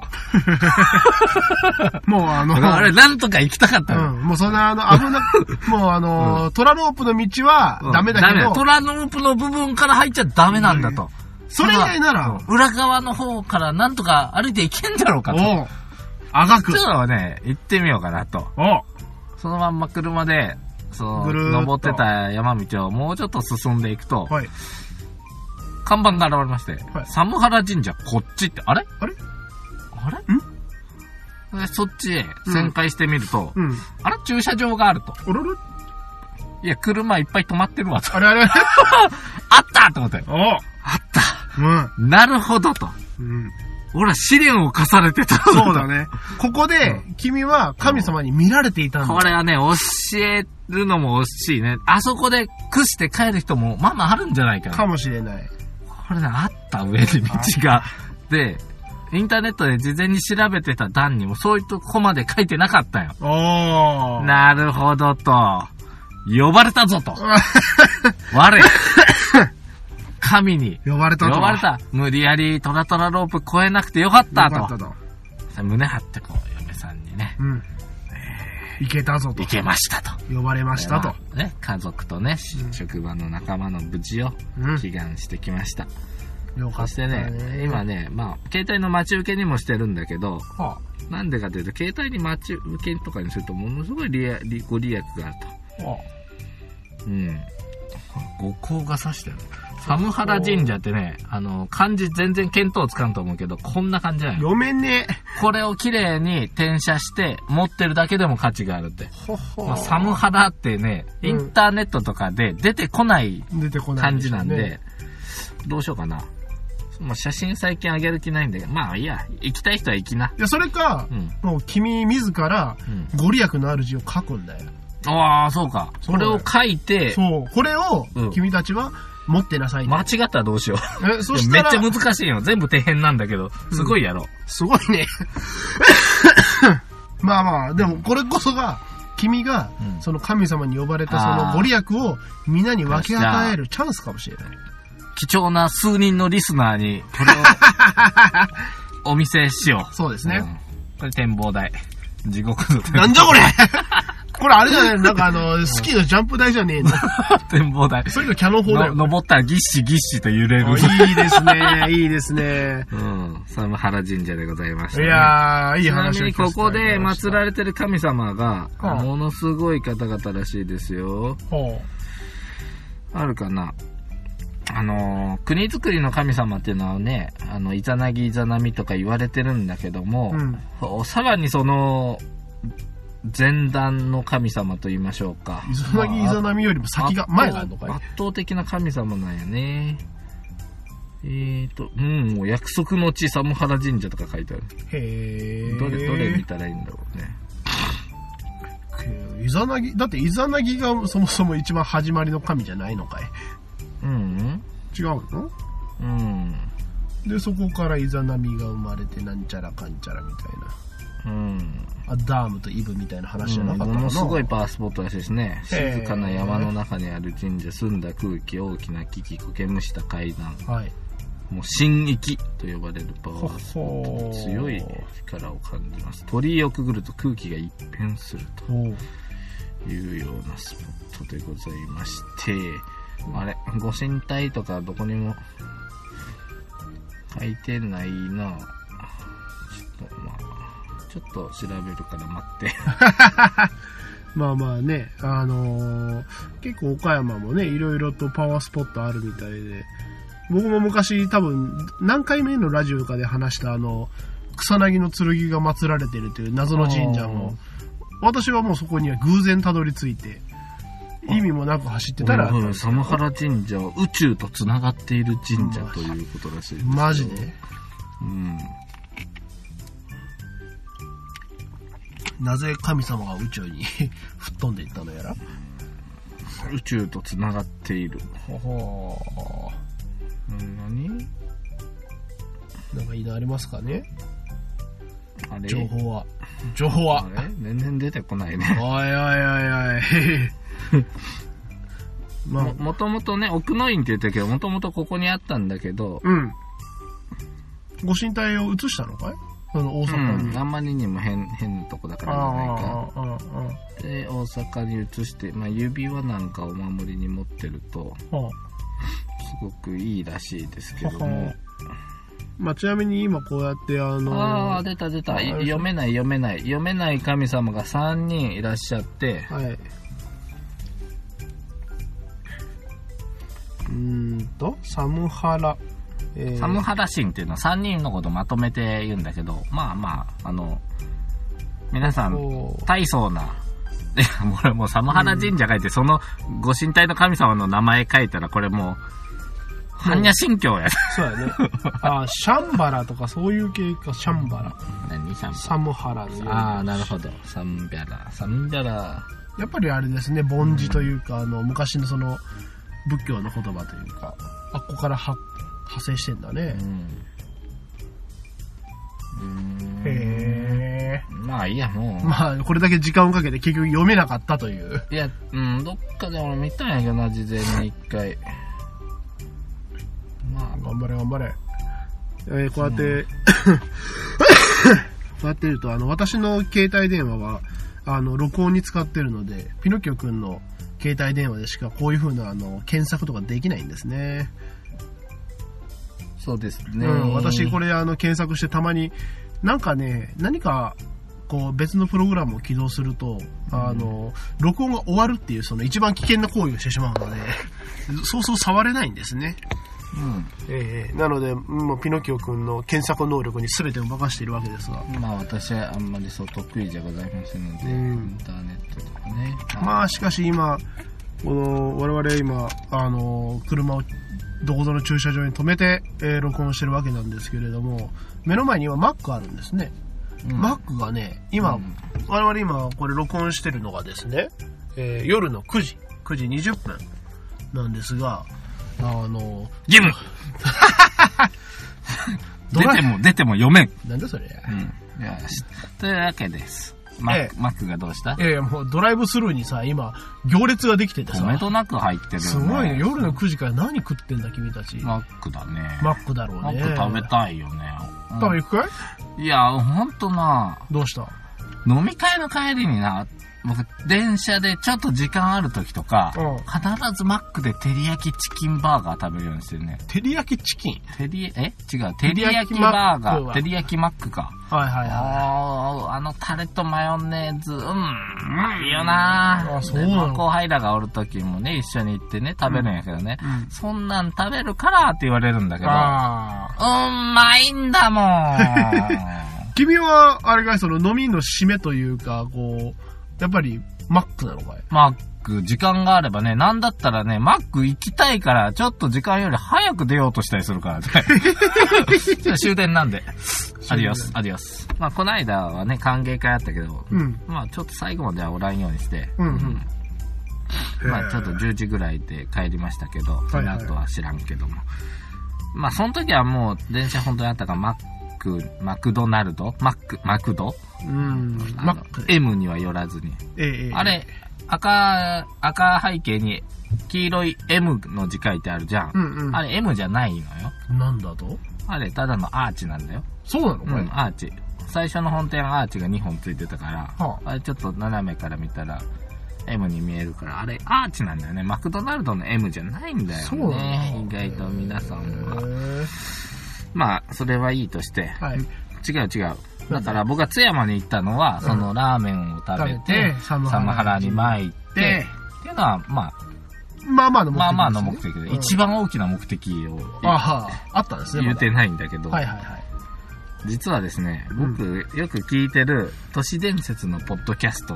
[SPEAKER 2] もう あの、
[SPEAKER 1] あれ、なんとか行きたかったの。
[SPEAKER 2] うん。もうそんな、あの、危な、もうあの、トラロープの道はダメだけど、
[SPEAKER 1] 虎のロープの部分から入っちゃダメなんだと。
[SPEAKER 2] それ以外なら、
[SPEAKER 1] うん裏側の方からなんとか歩いていけんだろうかと。ちょ
[SPEAKER 2] おう、あがく
[SPEAKER 1] っ。とね、行ってみようかなと。
[SPEAKER 2] お
[SPEAKER 1] そのまんま車で、その、
[SPEAKER 2] ぐるーっと
[SPEAKER 1] 登ってた山道をもうちょっと進んでいくと、
[SPEAKER 2] はい。
[SPEAKER 1] 看板が現れまして、
[SPEAKER 2] はい
[SPEAKER 1] サムハラ神社こっちって、あれ
[SPEAKER 2] あれ
[SPEAKER 1] あれでそっちへ旋回してみると、
[SPEAKER 2] うん。
[SPEAKER 1] あれ駐車場があると。
[SPEAKER 2] おろろ
[SPEAKER 1] いや、車いっぱい止まってる わと。
[SPEAKER 2] あれあれあれ
[SPEAKER 1] あったと思って。
[SPEAKER 2] おう
[SPEAKER 1] あった
[SPEAKER 2] うん。
[SPEAKER 1] なるほどと。
[SPEAKER 2] うん。
[SPEAKER 1] 俺は試練を課されてた。
[SPEAKER 2] そうだね。ここで、君は神様に見られていたんだ
[SPEAKER 1] こ。れはね、教えるのも惜しいね。あそこで屈して帰る人も、まあまああるんじゃないかな。
[SPEAKER 2] かもしれない。
[SPEAKER 1] これね、あった上に道が。で、インターネットで事前に調べてた段にもそういうとこまで書いてなかったんよ。
[SPEAKER 2] ああ。
[SPEAKER 1] なるほどと。呼ばれたぞと。 我。神に。
[SPEAKER 2] 呼ばれた
[SPEAKER 1] 呼
[SPEAKER 2] と。
[SPEAKER 1] ばれた。無理やりトラトラロープ越えなくてよかった
[SPEAKER 2] よかっ
[SPEAKER 1] と。
[SPEAKER 2] たと。
[SPEAKER 1] 胸張ってこう、嫁さんにね、
[SPEAKER 2] うん。いけたぞと
[SPEAKER 1] 行。けましたと。
[SPEAKER 2] 呼ばれましたと
[SPEAKER 1] ま。あね、家族とね、し職場の仲間の無事を
[SPEAKER 2] う
[SPEAKER 1] 祈願してきました。
[SPEAKER 2] ん。よか
[SPEAKER 1] そ
[SPEAKER 2] っ
[SPEAKER 1] して
[SPEAKER 2] た。
[SPEAKER 1] ね、今。ね、まあ、携帯の待ち受けにもしてるんだけど、
[SPEAKER 2] は
[SPEAKER 1] なんでかというと、携帯に待ち受けとかにすると、ものすごい利益利ご利益がある
[SPEAKER 2] あ。は
[SPEAKER 1] と。うん。五光が指してる。サムハラ神社ってね、あの、漢字全然見当つかんと思うけど、こんな感じだ
[SPEAKER 2] あ。
[SPEAKER 1] よ。
[SPEAKER 2] 読めねえ。
[SPEAKER 1] これを綺麗に転写して、持ってるだけでも価値があるって。
[SPEAKER 2] ほほ
[SPEAKER 1] まあ、サムハラってね、
[SPEAKER 2] うん
[SPEAKER 1] インターネットとかで出てこない
[SPEAKER 2] 出てこない。
[SPEAKER 1] 感じなんで。、どうしようかな。もう写真最近あげる気ないんだけど、まあいいや、行きたい人は行きな。
[SPEAKER 2] いや、それか
[SPEAKER 1] う、ん。
[SPEAKER 2] もう君自ら
[SPEAKER 1] うん、
[SPEAKER 2] ご利益のある字を書くんだよ。
[SPEAKER 1] ああ、そうか。
[SPEAKER 2] そ
[SPEAKER 1] こ
[SPEAKER 2] うだ
[SPEAKER 1] れ
[SPEAKER 2] よ
[SPEAKER 1] を書いて、
[SPEAKER 2] そう。これを
[SPEAKER 1] うん、
[SPEAKER 2] 君たちは持ってなさいね。
[SPEAKER 1] 間違ったらどうしよう。
[SPEAKER 2] え、そした
[SPEAKER 1] めっち
[SPEAKER 2] ら、
[SPEAKER 1] ゃ難しいよ。全部底辺なんだけど、すごいやろ。
[SPEAKER 2] すごいね。 まあまあ、でもこれこそが、君が
[SPEAKER 1] う、ん
[SPEAKER 2] その神様に呼ばれたそ
[SPEAKER 1] あ
[SPEAKER 2] の
[SPEAKER 1] ー
[SPEAKER 2] ご利益を皆に分け与えるチャンスかもしれない。
[SPEAKER 1] 貴重な数人のリスナーに、これ をお見せしよう。
[SPEAKER 2] そうですね。
[SPEAKER 1] うんこれ展望台。地獄の展
[SPEAKER 2] なんじゃこれ これあれじゃないなんかあの、スキーのジャンプ台じゃねえの。
[SPEAKER 1] 展望台。
[SPEAKER 2] それがキャノン砲だ
[SPEAKER 1] の
[SPEAKER 2] よ。
[SPEAKER 1] 登ったらぎっしぎっしと揺れる。
[SPEAKER 2] あいいですね、 いいですね。
[SPEAKER 1] うん。サムハラ神社でございまし
[SPEAKER 2] い
[SPEAKER 1] た、ね。
[SPEAKER 2] やー、いい
[SPEAKER 1] ちなみ
[SPEAKER 2] 話を聞
[SPEAKER 1] に
[SPEAKER 2] か
[SPEAKER 1] こ
[SPEAKER 2] せてい
[SPEAKER 1] こ
[SPEAKER 2] ただ
[SPEAKER 1] で
[SPEAKER 2] きました
[SPEAKER 1] 祀られてる神様が、
[SPEAKER 2] はい
[SPEAKER 1] ものすごい方々らしいですよ。
[SPEAKER 2] ほ
[SPEAKER 1] あるかなあのー国づくりの神様っていうのはね、あの、イザナギイザナミとか言われてるんだけども
[SPEAKER 2] う。、うん。
[SPEAKER 1] さらにその、前段の神様と言いましょうか。
[SPEAKER 2] イザナギイザナミよりも先が、前があるのか
[SPEAKER 1] 圧
[SPEAKER 2] い
[SPEAKER 1] 倒圧倒的な神様なんやね。えーと、うん、もう約束の地、サムハラ神社とか書いてある。
[SPEAKER 2] へー。
[SPEAKER 1] どれ、どれ見たらいいんだろうね。
[SPEAKER 2] イザナギ、だってイザナギがそもそも一番始まりの神じゃないのかい
[SPEAKER 1] うん
[SPEAKER 2] 違うの
[SPEAKER 1] うん。
[SPEAKER 2] で、そこからイザナミが生まれてなんちゃらかんちゃらみたいな。
[SPEAKER 1] うん。
[SPEAKER 2] アダームとイブみたいな話じゃなかった
[SPEAKER 1] も
[SPEAKER 2] かな、
[SPEAKER 1] のすごいパワースポットらしいですね。
[SPEAKER 2] へー
[SPEAKER 1] 静かな山の中にある神社、澄んだ空気、大きな木々、苔むした階段、
[SPEAKER 2] はい。
[SPEAKER 1] もう神域と呼ばれるパワース
[SPEAKER 2] ほほー
[SPEAKER 1] 強い力を感じます。鳥居をくぐると空気が一変する
[SPEAKER 2] ほう。
[SPEAKER 1] というようなスポットでございまして、あれ、ご神体とかどこにも書いてないなちょっと、まあ、ちょっと調べるから待って。
[SPEAKER 2] まあまあね、あのー結構岡山もね、いろいろとパワースポットあるみたいで、僕も昔多分、何回目のラジオかで話したあの、草薙の剣が祀られてるという謎の神社も、私はもうそこには偶然たどり着いて、意味もなく走ってたら、
[SPEAKER 1] うん、サムハラ神社は宇宙とつながっている神社ということらしいですよ
[SPEAKER 2] マジで
[SPEAKER 1] うん。
[SPEAKER 2] なぜ神様が宇宙に 吹っ飛んでいったのやら
[SPEAKER 1] 宇宙とつながっている。
[SPEAKER 2] ほほ
[SPEAKER 1] うん、何
[SPEAKER 2] ーなんかいいのありますかね
[SPEAKER 1] あれ
[SPEAKER 2] 情報は。情報は
[SPEAKER 1] あ。れ全然出てこないね。
[SPEAKER 2] おいおい おいおい。ま
[SPEAKER 1] も
[SPEAKER 2] あ、
[SPEAKER 1] もともとね、奥の院って言ったけど、もともとここにあったんだけど、
[SPEAKER 2] うん。ご神体を移したのかいその大
[SPEAKER 1] う
[SPEAKER 2] 阪に。
[SPEAKER 1] ん、あんまりにも変、変なとこだからじゃないか。
[SPEAKER 2] ああ、ああ、
[SPEAKER 1] で、大阪に移して、まあ、指輪なんかお守りに持ってると、
[SPEAKER 2] ああ。
[SPEAKER 1] すごくいいらしいですけ
[SPEAKER 2] は
[SPEAKER 1] ども
[SPEAKER 2] は。。まあ、ちなみに今こうやって、あ
[SPEAKER 1] ああ、
[SPEAKER 2] の、
[SPEAKER 1] 出た出た。
[SPEAKER 2] あ
[SPEAKER 1] い
[SPEAKER 2] れ
[SPEAKER 1] 読めない読めない。読めない神様が3人いらっしゃって、
[SPEAKER 2] はい。うーんと、サムハラ。えー
[SPEAKER 1] サムハラ神っていうのは3人のことまとめて言うんだけど、まあまあ、あの、皆さん、
[SPEAKER 2] おー
[SPEAKER 1] 大層な、いや、もう俺もうサムハラ神社書いて、そのご神体の神様の名前書いたら、これもう、般若心経や。
[SPEAKER 2] そうやね。ああ、シャンバラとかそういう系か、シャンバラ。
[SPEAKER 1] 何サム
[SPEAKER 2] サムハラの
[SPEAKER 1] ああ、なるほど。サムビャラ。サムビャラ。
[SPEAKER 2] やっぱりあれですね、凡字というか、あの、昔のその、仏教の言葉というか、あっこからは派生してんだね
[SPEAKER 1] う。ん。
[SPEAKER 2] へ
[SPEAKER 1] まあいいや、も
[SPEAKER 2] え。
[SPEAKER 1] う。
[SPEAKER 2] まあ、これだけ時間をかけて結局読めなかったという。
[SPEAKER 1] いや、うん、どっかで俺見たんやけどな、事前に一回。ま
[SPEAKER 2] 頑張れ頑張れ。え ーこうやって、
[SPEAKER 1] う
[SPEAKER 2] こうやってると、あの、私の携帯電話は、あの、録音に使ってるので、ピノキオくんの携帯電話でしかこういう風な、あの、検索とかできないんですね。
[SPEAKER 1] あ、そうですね。
[SPEAKER 2] うん、私こ
[SPEAKER 1] れ。
[SPEAKER 2] れあの検索してたまになんかね何かこう別のプログラムを起動すると、あの録音が終わるっていうその一番危険な行為をしてしまうので そうそう触れないんですね、
[SPEAKER 1] う
[SPEAKER 2] ええなのでもうピノキオ君の検索能力に全てを任しているわけですが
[SPEAKER 1] ん。まあ私はあんまりそう得意じゃございませんので、
[SPEAKER 2] うん
[SPEAKER 1] インターネットとかね。
[SPEAKER 2] まあしかし今この我々今あの車をどこぞの駐車場に止めて、えー録音してるわけなんですけれども目の前に今 Mac あるんですね
[SPEAKER 1] うん
[SPEAKER 2] マックがね、今、
[SPEAKER 1] うん
[SPEAKER 2] 我々今これ録音してるのがですね、えー夜の9時、9時20分なんですが、あの、
[SPEAKER 1] ゲ ーム
[SPEAKER 2] ドラ
[SPEAKER 1] 出ても、出ても読めん。
[SPEAKER 2] なんだそれ
[SPEAKER 1] うん。いや、しというわけです。マッ
[SPEAKER 2] え
[SPEAKER 1] ク、マックがどうした
[SPEAKER 2] いやいやもうドライブスルーにさ、今、行列ができてて
[SPEAKER 1] とめ
[SPEAKER 2] さ、
[SPEAKER 1] となく入ってるよね。
[SPEAKER 2] すごいね、夜の9時から何食ってんだ君たち。
[SPEAKER 1] マックだね。
[SPEAKER 2] マックだろう
[SPEAKER 1] マ
[SPEAKER 2] ね。
[SPEAKER 1] ック食べたいよね。うん
[SPEAKER 2] 食べ行くかい
[SPEAKER 1] いや、ほんとな
[SPEAKER 2] どうした
[SPEAKER 1] 飲み会の帰りにな、僕、電車でちょっと時間ある時とか、
[SPEAKER 2] うん
[SPEAKER 1] 必ずマックで照り焼きチキンバーガー食べるようにしてるね。
[SPEAKER 2] 照り焼きチキン。
[SPEAKER 1] 照り、え違う。照
[SPEAKER 2] 照
[SPEAKER 1] り
[SPEAKER 2] り
[SPEAKER 1] 焼
[SPEAKER 2] 焼
[SPEAKER 1] き
[SPEAKER 2] き
[SPEAKER 1] バーガ
[SPEAKER 2] マック
[SPEAKER 1] ー。
[SPEAKER 2] は
[SPEAKER 1] 照り焼きマックか。
[SPEAKER 2] はいはいは
[SPEAKER 1] ああ、あのタレとマヨネーズ、うん、うまいよな
[SPEAKER 2] あそうな
[SPEAKER 1] で
[SPEAKER 2] の
[SPEAKER 1] まあ後輩らがおる時もね、一緒に行ってね、食べるんやけどね。
[SPEAKER 2] い。うん。
[SPEAKER 1] そんなん食べるからって言われるんだけど、
[SPEAKER 2] ああ。
[SPEAKER 1] うん、まいんだ もん。
[SPEAKER 2] 君は、あれかい、その飲みの締めというか、こう、やっぱり、マックなのかい
[SPEAKER 1] マック、時間があればね、なんだったらね、マック行きたいから、ちょっと時間より早く出ようとしたりするから ね。終電なんで。アディオス、アディオス。まあ、こないだはね、歓迎会あったけど、
[SPEAKER 2] うん。
[SPEAKER 1] まあ、ちょっと最後まではおらんようにして、
[SPEAKER 2] うんうん
[SPEAKER 1] まあ、ちょっと10時ぐらいで帰りましたけど、そ
[SPEAKER 2] い
[SPEAKER 1] の
[SPEAKER 2] はい
[SPEAKER 1] 後は知らんけども。まあ、その時はもう、電車本当にあったから、マック、マクドナルドマック、マクド
[SPEAKER 2] うん。
[SPEAKER 1] あ
[SPEAKER 2] マ
[SPEAKER 1] の
[SPEAKER 2] ック。
[SPEAKER 1] M には寄らずに。
[SPEAKER 2] ええええ
[SPEAKER 1] あれ、赤、赤背景に黄色い M の字書いてあるじゃん。
[SPEAKER 2] うんうん。
[SPEAKER 1] あれ M じゃないのよ。
[SPEAKER 2] なんだと
[SPEAKER 1] あれただのアーチなんだよ。
[SPEAKER 2] そうなのこ
[SPEAKER 1] う
[SPEAKER 2] れ。
[SPEAKER 1] ん、アーチ。最初の本店アーチが2本ついてたから、
[SPEAKER 2] は
[SPEAKER 1] あれちょっと斜めから見たら M に見えるから、あれアーチなんだよね。マクドナルドの M じゃないんだよね。
[SPEAKER 2] そうなの
[SPEAKER 1] 意外と皆さんは。
[SPEAKER 2] へえ
[SPEAKER 1] まあ、それはいいとして。
[SPEAKER 2] はい。
[SPEAKER 1] 違う違う。だから僕が津山に行ったのは、そのラーメンを食べて、
[SPEAKER 2] サム
[SPEAKER 1] サムハラに
[SPEAKER 2] い
[SPEAKER 1] 参って、っていうのは、まあ、
[SPEAKER 2] まあまあの目的ですね。
[SPEAKER 1] まあまあの目的で、
[SPEAKER 2] うん
[SPEAKER 1] 一番大きな目的を
[SPEAKER 2] あはあったんですね。
[SPEAKER 1] 言
[SPEAKER 2] ま
[SPEAKER 1] う
[SPEAKER 2] だ
[SPEAKER 1] てないんだけど、
[SPEAKER 2] はいはいはい。
[SPEAKER 1] 実はですね、僕、よく聞いてる都市伝説のポッドキャスト、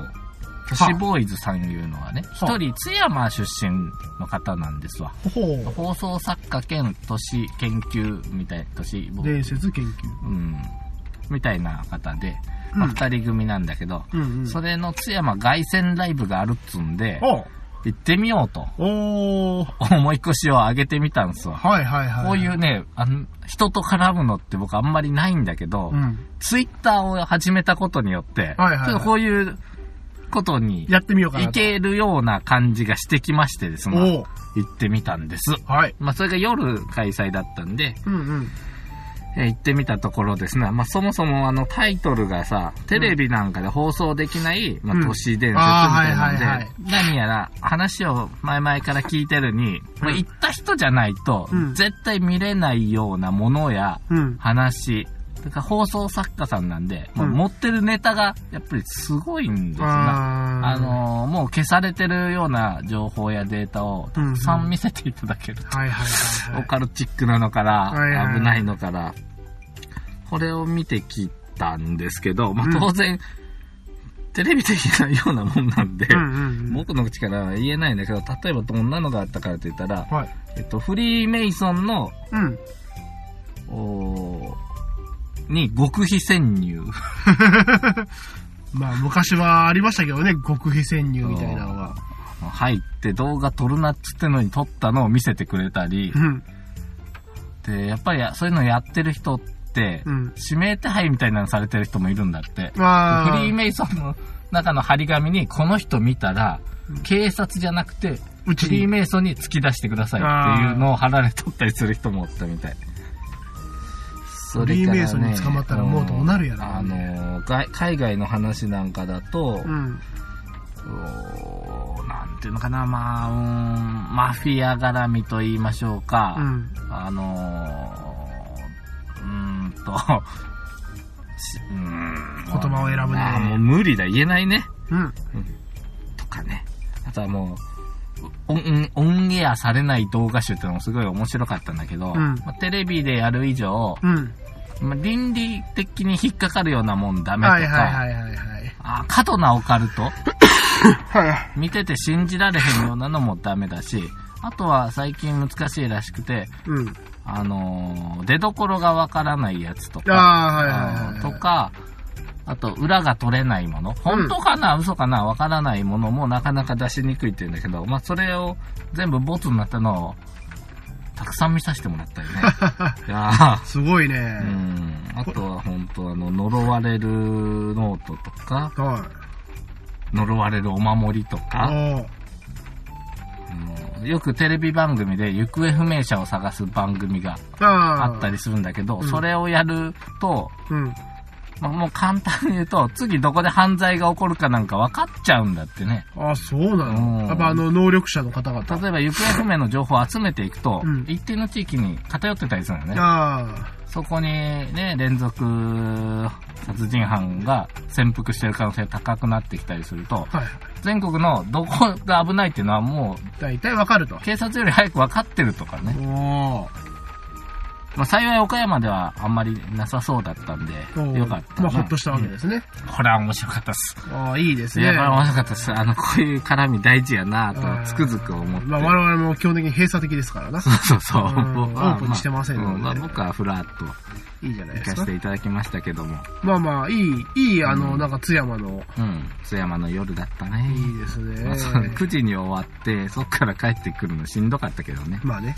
[SPEAKER 1] 都市ボーイズさんいうのはね、一
[SPEAKER 2] はあ
[SPEAKER 1] 人津山出身の方なんですわ。
[SPEAKER 2] ほう。
[SPEAKER 1] 放送作家兼都市研究みたい、都市ボーイ
[SPEAKER 2] 伝説研究。
[SPEAKER 1] うん、みたいな方で、まあ、二人組なんだけど、
[SPEAKER 2] うんうん。
[SPEAKER 1] それの津山凱旋ライブがあるっつうんで、
[SPEAKER 2] おう
[SPEAKER 1] 行ってみようと
[SPEAKER 2] おー
[SPEAKER 1] 思い越しを上げてみたんですわ。
[SPEAKER 2] はいはいはい。
[SPEAKER 1] こういう。ね、あの、人と絡むのって僕あんまりないんだけど、
[SPEAKER 2] うん。
[SPEAKER 1] ツイッターを始めたことによって、
[SPEAKER 2] はいはいはい
[SPEAKER 1] ちょっとこういうことに
[SPEAKER 2] やってみようかな
[SPEAKER 1] 行
[SPEAKER 2] と。
[SPEAKER 1] けるような感じがしてきましてです
[SPEAKER 2] お
[SPEAKER 1] ね、
[SPEAKER 2] う
[SPEAKER 1] 行ってみたんです。
[SPEAKER 2] はい。
[SPEAKER 1] まあ、それが夜開催だったんで、
[SPEAKER 2] うんうん。
[SPEAKER 1] えー行ってみたところですね、まあ、そもそもあのタイトルがさ、テレビなんかで放送できない、ま
[SPEAKER 2] うん
[SPEAKER 1] あ、都市伝説みたい
[SPEAKER 2] あーはいはいは
[SPEAKER 1] ないんで、何やら話を前々から聞いてるに、まあ、行った人じゃないと
[SPEAKER 2] う、ん
[SPEAKER 1] 絶対見れないようなものや、
[SPEAKER 2] うん。
[SPEAKER 1] 話、だから放送作家さんなんで、まあ
[SPEAKER 2] うん
[SPEAKER 1] 持ってるネタがやっぱりすごいんですな。
[SPEAKER 2] あー
[SPEAKER 1] あ、のーもう消されてるような情報やデータをたくさん見せていただける。
[SPEAKER 2] はいはいはいは
[SPEAKER 1] オ
[SPEAKER 2] い。
[SPEAKER 1] カルチックなのから
[SPEAKER 2] はいはいは、い
[SPEAKER 1] 危ないのから、これを見てきたんですけど、ま
[SPEAKER 2] うん
[SPEAKER 1] あ当然、テレビ的なようなもんなんで、
[SPEAKER 2] うんうんうん。
[SPEAKER 1] 僕の口からは言えないんだけど、例えばどんなのがあったからって言ったら、
[SPEAKER 2] はい。
[SPEAKER 1] えっと、フリーメイソンの
[SPEAKER 2] うん。
[SPEAKER 1] おーに極秘潜入。
[SPEAKER 2] まあ、昔はありましたけどね、極秘潜入みたいなのは。
[SPEAKER 1] 入って動画撮るなっつってのに撮ったのを見せてくれたり
[SPEAKER 2] う、ん。
[SPEAKER 1] で、やっぱりそういうのやってる人って、
[SPEAKER 2] うん。
[SPEAKER 1] 指名手配みたいなのされてる人もいるんだって。
[SPEAKER 2] あ
[SPEAKER 1] フリー
[SPEAKER 2] ー、
[SPEAKER 1] メイソンの中の張り紙に、この人見たら、警察じゃなくて、
[SPEAKER 2] う
[SPEAKER 1] フ
[SPEAKER 2] ち
[SPEAKER 1] リー
[SPEAKER 2] に。
[SPEAKER 1] メイソンに突き出してくださいっていうのを貼られとったりする人もおったみたい。そ
[SPEAKER 2] フ
[SPEAKER 1] れ
[SPEAKER 2] リー
[SPEAKER 1] からね
[SPEAKER 2] メイソンに捕まったらもうどうなるやろ
[SPEAKER 1] あの外海外の話なんかだと、
[SPEAKER 2] うん。
[SPEAKER 1] おーなんていうのかな、まあ、うーん、マフィア絡みと言いましょうか、
[SPEAKER 2] うん。
[SPEAKER 1] あのー、うーんと、 しうーん
[SPEAKER 2] 言葉を選ぶね
[SPEAKER 1] あーもう無理だ、言えないね。
[SPEAKER 2] うん。
[SPEAKER 1] とかね。あとはもう、オンオンエアされない動画集ってのもすごい面白かったんだけど、
[SPEAKER 2] うん
[SPEAKER 1] まあテレビでやる以上、
[SPEAKER 2] うん。
[SPEAKER 1] まあ倫理的に引っかかるようなもんダメとか、
[SPEAKER 2] はいはいはいはいはい。
[SPEAKER 1] あ過度なオカルト
[SPEAKER 2] はい。
[SPEAKER 1] 見てて信じられへんようなのもダメだし、あとは最近難しいらしくて、
[SPEAKER 2] うん。
[SPEAKER 1] あのー出どころがわからないやつと
[SPEAKER 2] あ
[SPEAKER 1] か、
[SPEAKER 2] あ、はいはいはい
[SPEAKER 1] あ
[SPEAKER 2] はい。
[SPEAKER 1] のとか、あと、裏が取れないもの。本当かな、嘘かなわからないものもなかなか出しにくいって言うんだけど、まあ、それを全部ボツになったのを、たくさん見させてもらったよ ね。いやー
[SPEAKER 2] すごいね。
[SPEAKER 1] うん。あとは本当あの、呪われるノートとか、
[SPEAKER 2] はい。
[SPEAKER 1] 呪われるお守りとか、
[SPEAKER 2] おー
[SPEAKER 1] うんよくテレビ番組で行方不明者を探す番組があ
[SPEAKER 2] あー
[SPEAKER 1] ったりするんだけど、
[SPEAKER 2] うん
[SPEAKER 1] それをやると、
[SPEAKER 2] うん。
[SPEAKER 1] まあもう簡単に言うと、次どこで犯罪が起こるかなんか分かっちゃうんだってね。
[SPEAKER 2] あ、そうな
[SPEAKER 1] うん
[SPEAKER 2] のやっぱあの、能力者の方々。
[SPEAKER 1] 例えば行方不明の情報を集めていくと、
[SPEAKER 2] うん
[SPEAKER 1] 一定の地域に偏ってたりするんだよね。
[SPEAKER 2] あ
[SPEAKER 1] そこにね、連続殺人犯が潜伏してる可能性高くなってきたりすると、
[SPEAKER 2] あ、はい。
[SPEAKER 1] 全国のどこが危ないっていうのはもう
[SPEAKER 2] 大体わかると。
[SPEAKER 1] 警察より早く分かってるとかね
[SPEAKER 2] お。お
[SPEAKER 1] まあ、幸い岡山ではあんまりなさそうだったんで、
[SPEAKER 2] ー
[SPEAKER 1] よかったな。
[SPEAKER 2] まあ、ほっとしたわけですね。
[SPEAKER 1] うん。これは面白かったっす。
[SPEAKER 2] ああ、いいです
[SPEAKER 1] い
[SPEAKER 2] ね。
[SPEAKER 1] や、これは面白かったっす。あの、こういう絡み大事やなぁと、つくづく思って。
[SPEAKER 2] まあ、我々も基本的に閉鎖的ですからな。
[SPEAKER 1] そうそう。
[SPEAKER 2] うん
[SPEAKER 1] 僕は
[SPEAKER 2] オープンしてませんので
[SPEAKER 1] うまあ僕はフラッと
[SPEAKER 2] いいじゃないで
[SPEAKER 1] 行
[SPEAKER 2] す
[SPEAKER 1] か
[SPEAKER 2] か
[SPEAKER 1] せ。ていただきましたけども。
[SPEAKER 2] まあまあ、いい、いい、あ
[SPEAKER 1] う
[SPEAKER 2] の、
[SPEAKER 1] ん
[SPEAKER 2] なんか津山の、
[SPEAKER 1] うん。津山の夜だったね。
[SPEAKER 2] いいですね
[SPEAKER 1] まあ、。そう9時に終わって、そっから帰ってくるのしんどかったけどね。
[SPEAKER 2] まあね。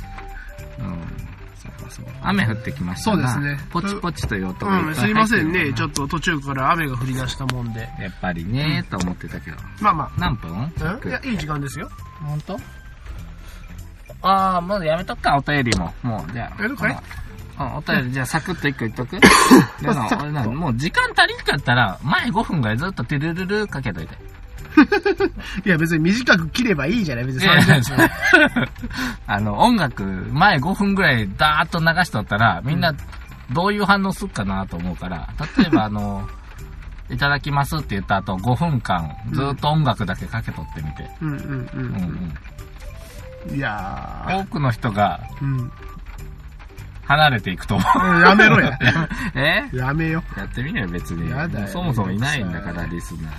[SPEAKER 1] うん。
[SPEAKER 2] そうかそうか
[SPEAKER 1] 雨降ってきましたな
[SPEAKER 2] そうですね
[SPEAKER 1] ポチポチという音がいっ
[SPEAKER 2] う
[SPEAKER 1] ぱ入っ
[SPEAKER 2] ん、
[SPEAKER 1] て
[SPEAKER 2] す
[SPEAKER 1] る
[SPEAKER 2] い
[SPEAKER 1] な
[SPEAKER 2] ませんね。ちょっと途中から雨が降り出したもんで。
[SPEAKER 1] やっぱりねーと思ってたけど。
[SPEAKER 2] まあま
[SPEAKER 1] 何分
[SPEAKER 2] あ。うんいや、いい時間ですよ。
[SPEAKER 1] 本当ああ、まだやめとくか、お便りも。もう、じゃあ。
[SPEAKER 2] やるかい
[SPEAKER 1] うん、お便り、じゃあ、サクッと一個言っ とくでな
[SPEAKER 2] サクッと
[SPEAKER 1] 俺なもう時間足りんかったら、前5分ぐらいずっとてるるるかけといて。
[SPEAKER 2] いや、別に短く切ればいいじゃない別に30分。
[SPEAKER 1] あの、音楽、前5分ぐらいダーッと流しとったら、みんな、どういう反応するかなと思うから、例え ば、あの、いただきますって言った後、5分間、ずっと音楽だけかけとってみて。
[SPEAKER 2] うんうんう
[SPEAKER 1] うん
[SPEAKER 2] んうん。いや
[SPEAKER 1] うん。多くの人が
[SPEAKER 2] ー。うん。
[SPEAKER 1] 離れていくと思う。
[SPEAKER 2] やめろや。
[SPEAKER 1] え
[SPEAKER 2] やめよ。
[SPEAKER 1] やってみるよ、別に。
[SPEAKER 2] やだよ
[SPEAKER 1] もうそもそもいないんだか
[SPEAKER 2] めんどく
[SPEAKER 1] ら、
[SPEAKER 2] さい
[SPEAKER 1] リスナー。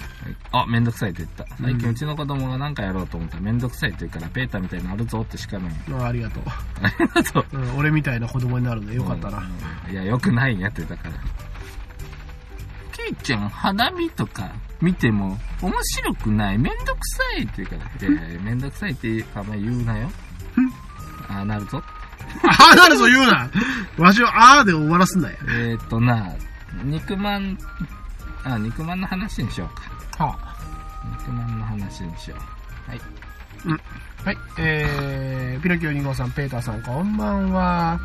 [SPEAKER 1] あ、めんどくさいって言った。最近
[SPEAKER 2] うん
[SPEAKER 1] うちの子供が何かやろうと思ったらめんどくさいって言うから、ペーターみたいになるぞってし かない。
[SPEAKER 2] あありがとう。
[SPEAKER 1] ありがとう。
[SPEAKER 2] うん、俺みたいな子供になるんでよかったな。
[SPEAKER 1] うん。いや、よくないんやってたから。ケイちゃん、花見とか見ても面白くない。めんどくさいって言うから。いやいや、めんどくさいってあんま言うなよ。あ、なるぞ。
[SPEAKER 2] ああなるぞ言うなわしをああで終わらすんなよ。
[SPEAKER 1] えーっとな、肉まん、あ、肉まんの話にしようか。
[SPEAKER 2] は
[SPEAKER 1] 肉まんの話にしよう。はい。
[SPEAKER 2] い。えー、ピノキオ2号さん、ペーターさん、こんばんは。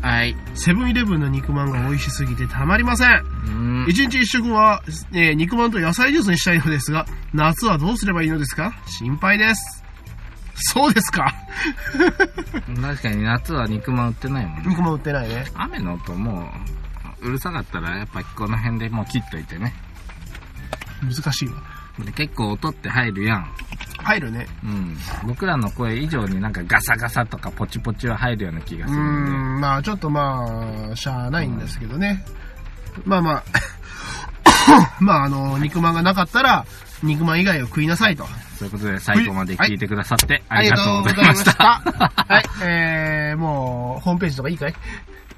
[SPEAKER 1] はい。
[SPEAKER 2] セブンイレブンの肉まんが美味しすぎてたまりません。
[SPEAKER 1] うん。
[SPEAKER 2] 一日一食は、えー肉まんと野菜ジュースにしたいのですが、夏はどうすればいいのですか心配です。そうですか
[SPEAKER 1] 確かに夏は肉まん売ってないもんね。
[SPEAKER 2] 肉まん売ってないね。
[SPEAKER 1] 雨の音もう、うるさかったらやっぱこの辺でもう切っといてね。
[SPEAKER 2] 難しいわ。
[SPEAKER 1] で結構音って入るやん。
[SPEAKER 2] 入るね。
[SPEAKER 1] うん。僕らの声以上になんかガサガサとかポチポチは入るような気が
[SPEAKER 2] うー
[SPEAKER 1] するんで。
[SPEAKER 2] ん、まあちょっとまあ、しゃあないんですけどね。まあ まあ、まああの、肉まんがなかったら、肉まん以外を食いなさいと。
[SPEAKER 1] そういうことで最後まで聞いてくださってありがとうございました。
[SPEAKER 2] ありがとうございましたはい、えー、もう、ホームページとかいいかい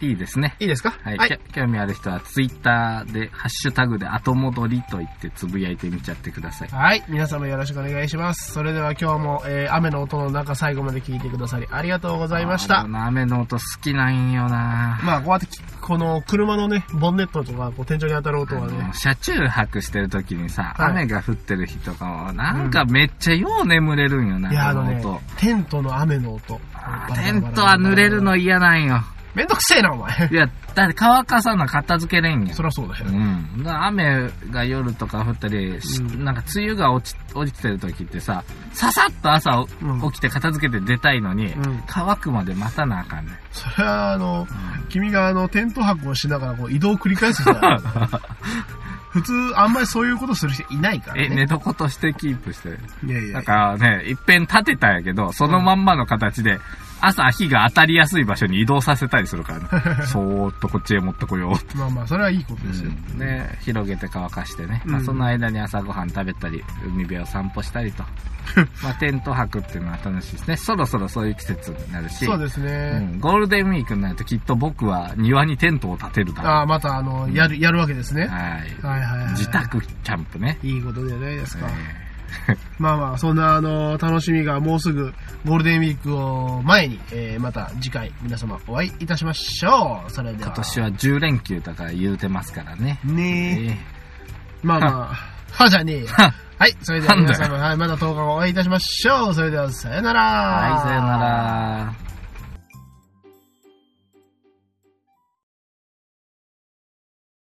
[SPEAKER 1] いいですね。
[SPEAKER 2] いいですか
[SPEAKER 1] はい、きゃ興味ある人はツイッターで、ハッシュタグで後戻りと言ってつぶやいてみちゃってください。
[SPEAKER 2] はい。皆様よろしくお願いします。それでは今日も、えー雨の音の中最後まで聞いてくださりありがとうございまし
[SPEAKER 1] あ
[SPEAKER 2] た
[SPEAKER 1] ー。でもな雨の音好きなんよな
[SPEAKER 2] まあ、こうやってき、この車のね、ボンネットとか、こう天井に当たる音
[SPEAKER 1] あ
[SPEAKER 2] がね
[SPEAKER 1] の、車中泊してる時にさ、
[SPEAKER 2] はい
[SPEAKER 1] 雨が降ってる日とかも、なんかめっちゃよう眠れるんよな、
[SPEAKER 2] いや、あ
[SPEAKER 1] こ
[SPEAKER 2] のね
[SPEAKER 1] 音。、
[SPEAKER 2] テントの雨の音。
[SPEAKER 1] あーテントは濡れる。の嫌なんよ。
[SPEAKER 2] めんどくせえな、お前
[SPEAKER 1] い。や、だって乾かさな片付けれんよ
[SPEAKER 2] そ。りゃそうだ
[SPEAKER 1] う
[SPEAKER 2] よ。
[SPEAKER 1] ん、だから雨が夜とか降ったり、し
[SPEAKER 2] うん
[SPEAKER 1] なんか梅雨が落ち落ちてる時ってさささっと朝お
[SPEAKER 2] うん
[SPEAKER 1] 起きて片付けて出たいのに、
[SPEAKER 2] うん
[SPEAKER 1] 乾くまで待たなあかんねん
[SPEAKER 2] それは、あの、君があの、テント泊をしながら、こう、移動を繰り返すじ ゃない普通、あんまりそういうことする人いないから
[SPEAKER 1] え
[SPEAKER 2] ね。
[SPEAKER 1] 寝床としてキープしてる
[SPEAKER 2] いやい
[SPEAKER 1] だ
[SPEAKER 2] や。
[SPEAKER 1] からねいっぺん立てたんやけどそのまんまの形で朝日が当たりやすい場所に移動させたりするから ねそーっとこっちへ持ってこようって
[SPEAKER 2] まあまあ、それはいいことですよ。
[SPEAKER 1] ね、広げて乾かしてね、
[SPEAKER 2] うん
[SPEAKER 1] まあ、その間に朝ごはん食べたり海辺を散歩した りとまあテント泊っていうのは楽しいですねそろそろそういう季節になるし
[SPEAKER 2] そうです
[SPEAKER 1] う
[SPEAKER 2] ね。
[SPEAKER 1] ん、ゴールデンウィークになるときっと僕は庭にテントを建てるだろ
[SPEAKER 2] ああ、また、あの、やる、やるわけですね
[SPEAKER 1] う。。はい
[SPEAKER 2] はいはいはい。
[SPEAKER 1] 自宅キャンプね、
[SPEAKER 2] いいことじゃないですか。
[SPEAKER 1] え
[SPEAKER 2] まあまあ、そんな、あの、楽しみがもうすぐ、ゴールデンウィークを前に、えーまた次回、皆様お会いいたしましょう。それで
[SPEAKER 1] ー
[SPEAKER 2] は。
[SPEAKER 1] 今年は10連休とか言うてますからね、
[SPEAKER 2] ねえ。
[SPEAKER 1] え
[SPEAKER 2] まあま あ、はじゃねえよ。
[SPEAKER 1] ー
[SPEAKER 2] はい、それでは皆
[SPEAKER 1] なん
[SPEAKER 2] 啊様、はい、また10日後お会いいたしましょう。それでは、さよなら。
[SPEAKER 1] はいさよなら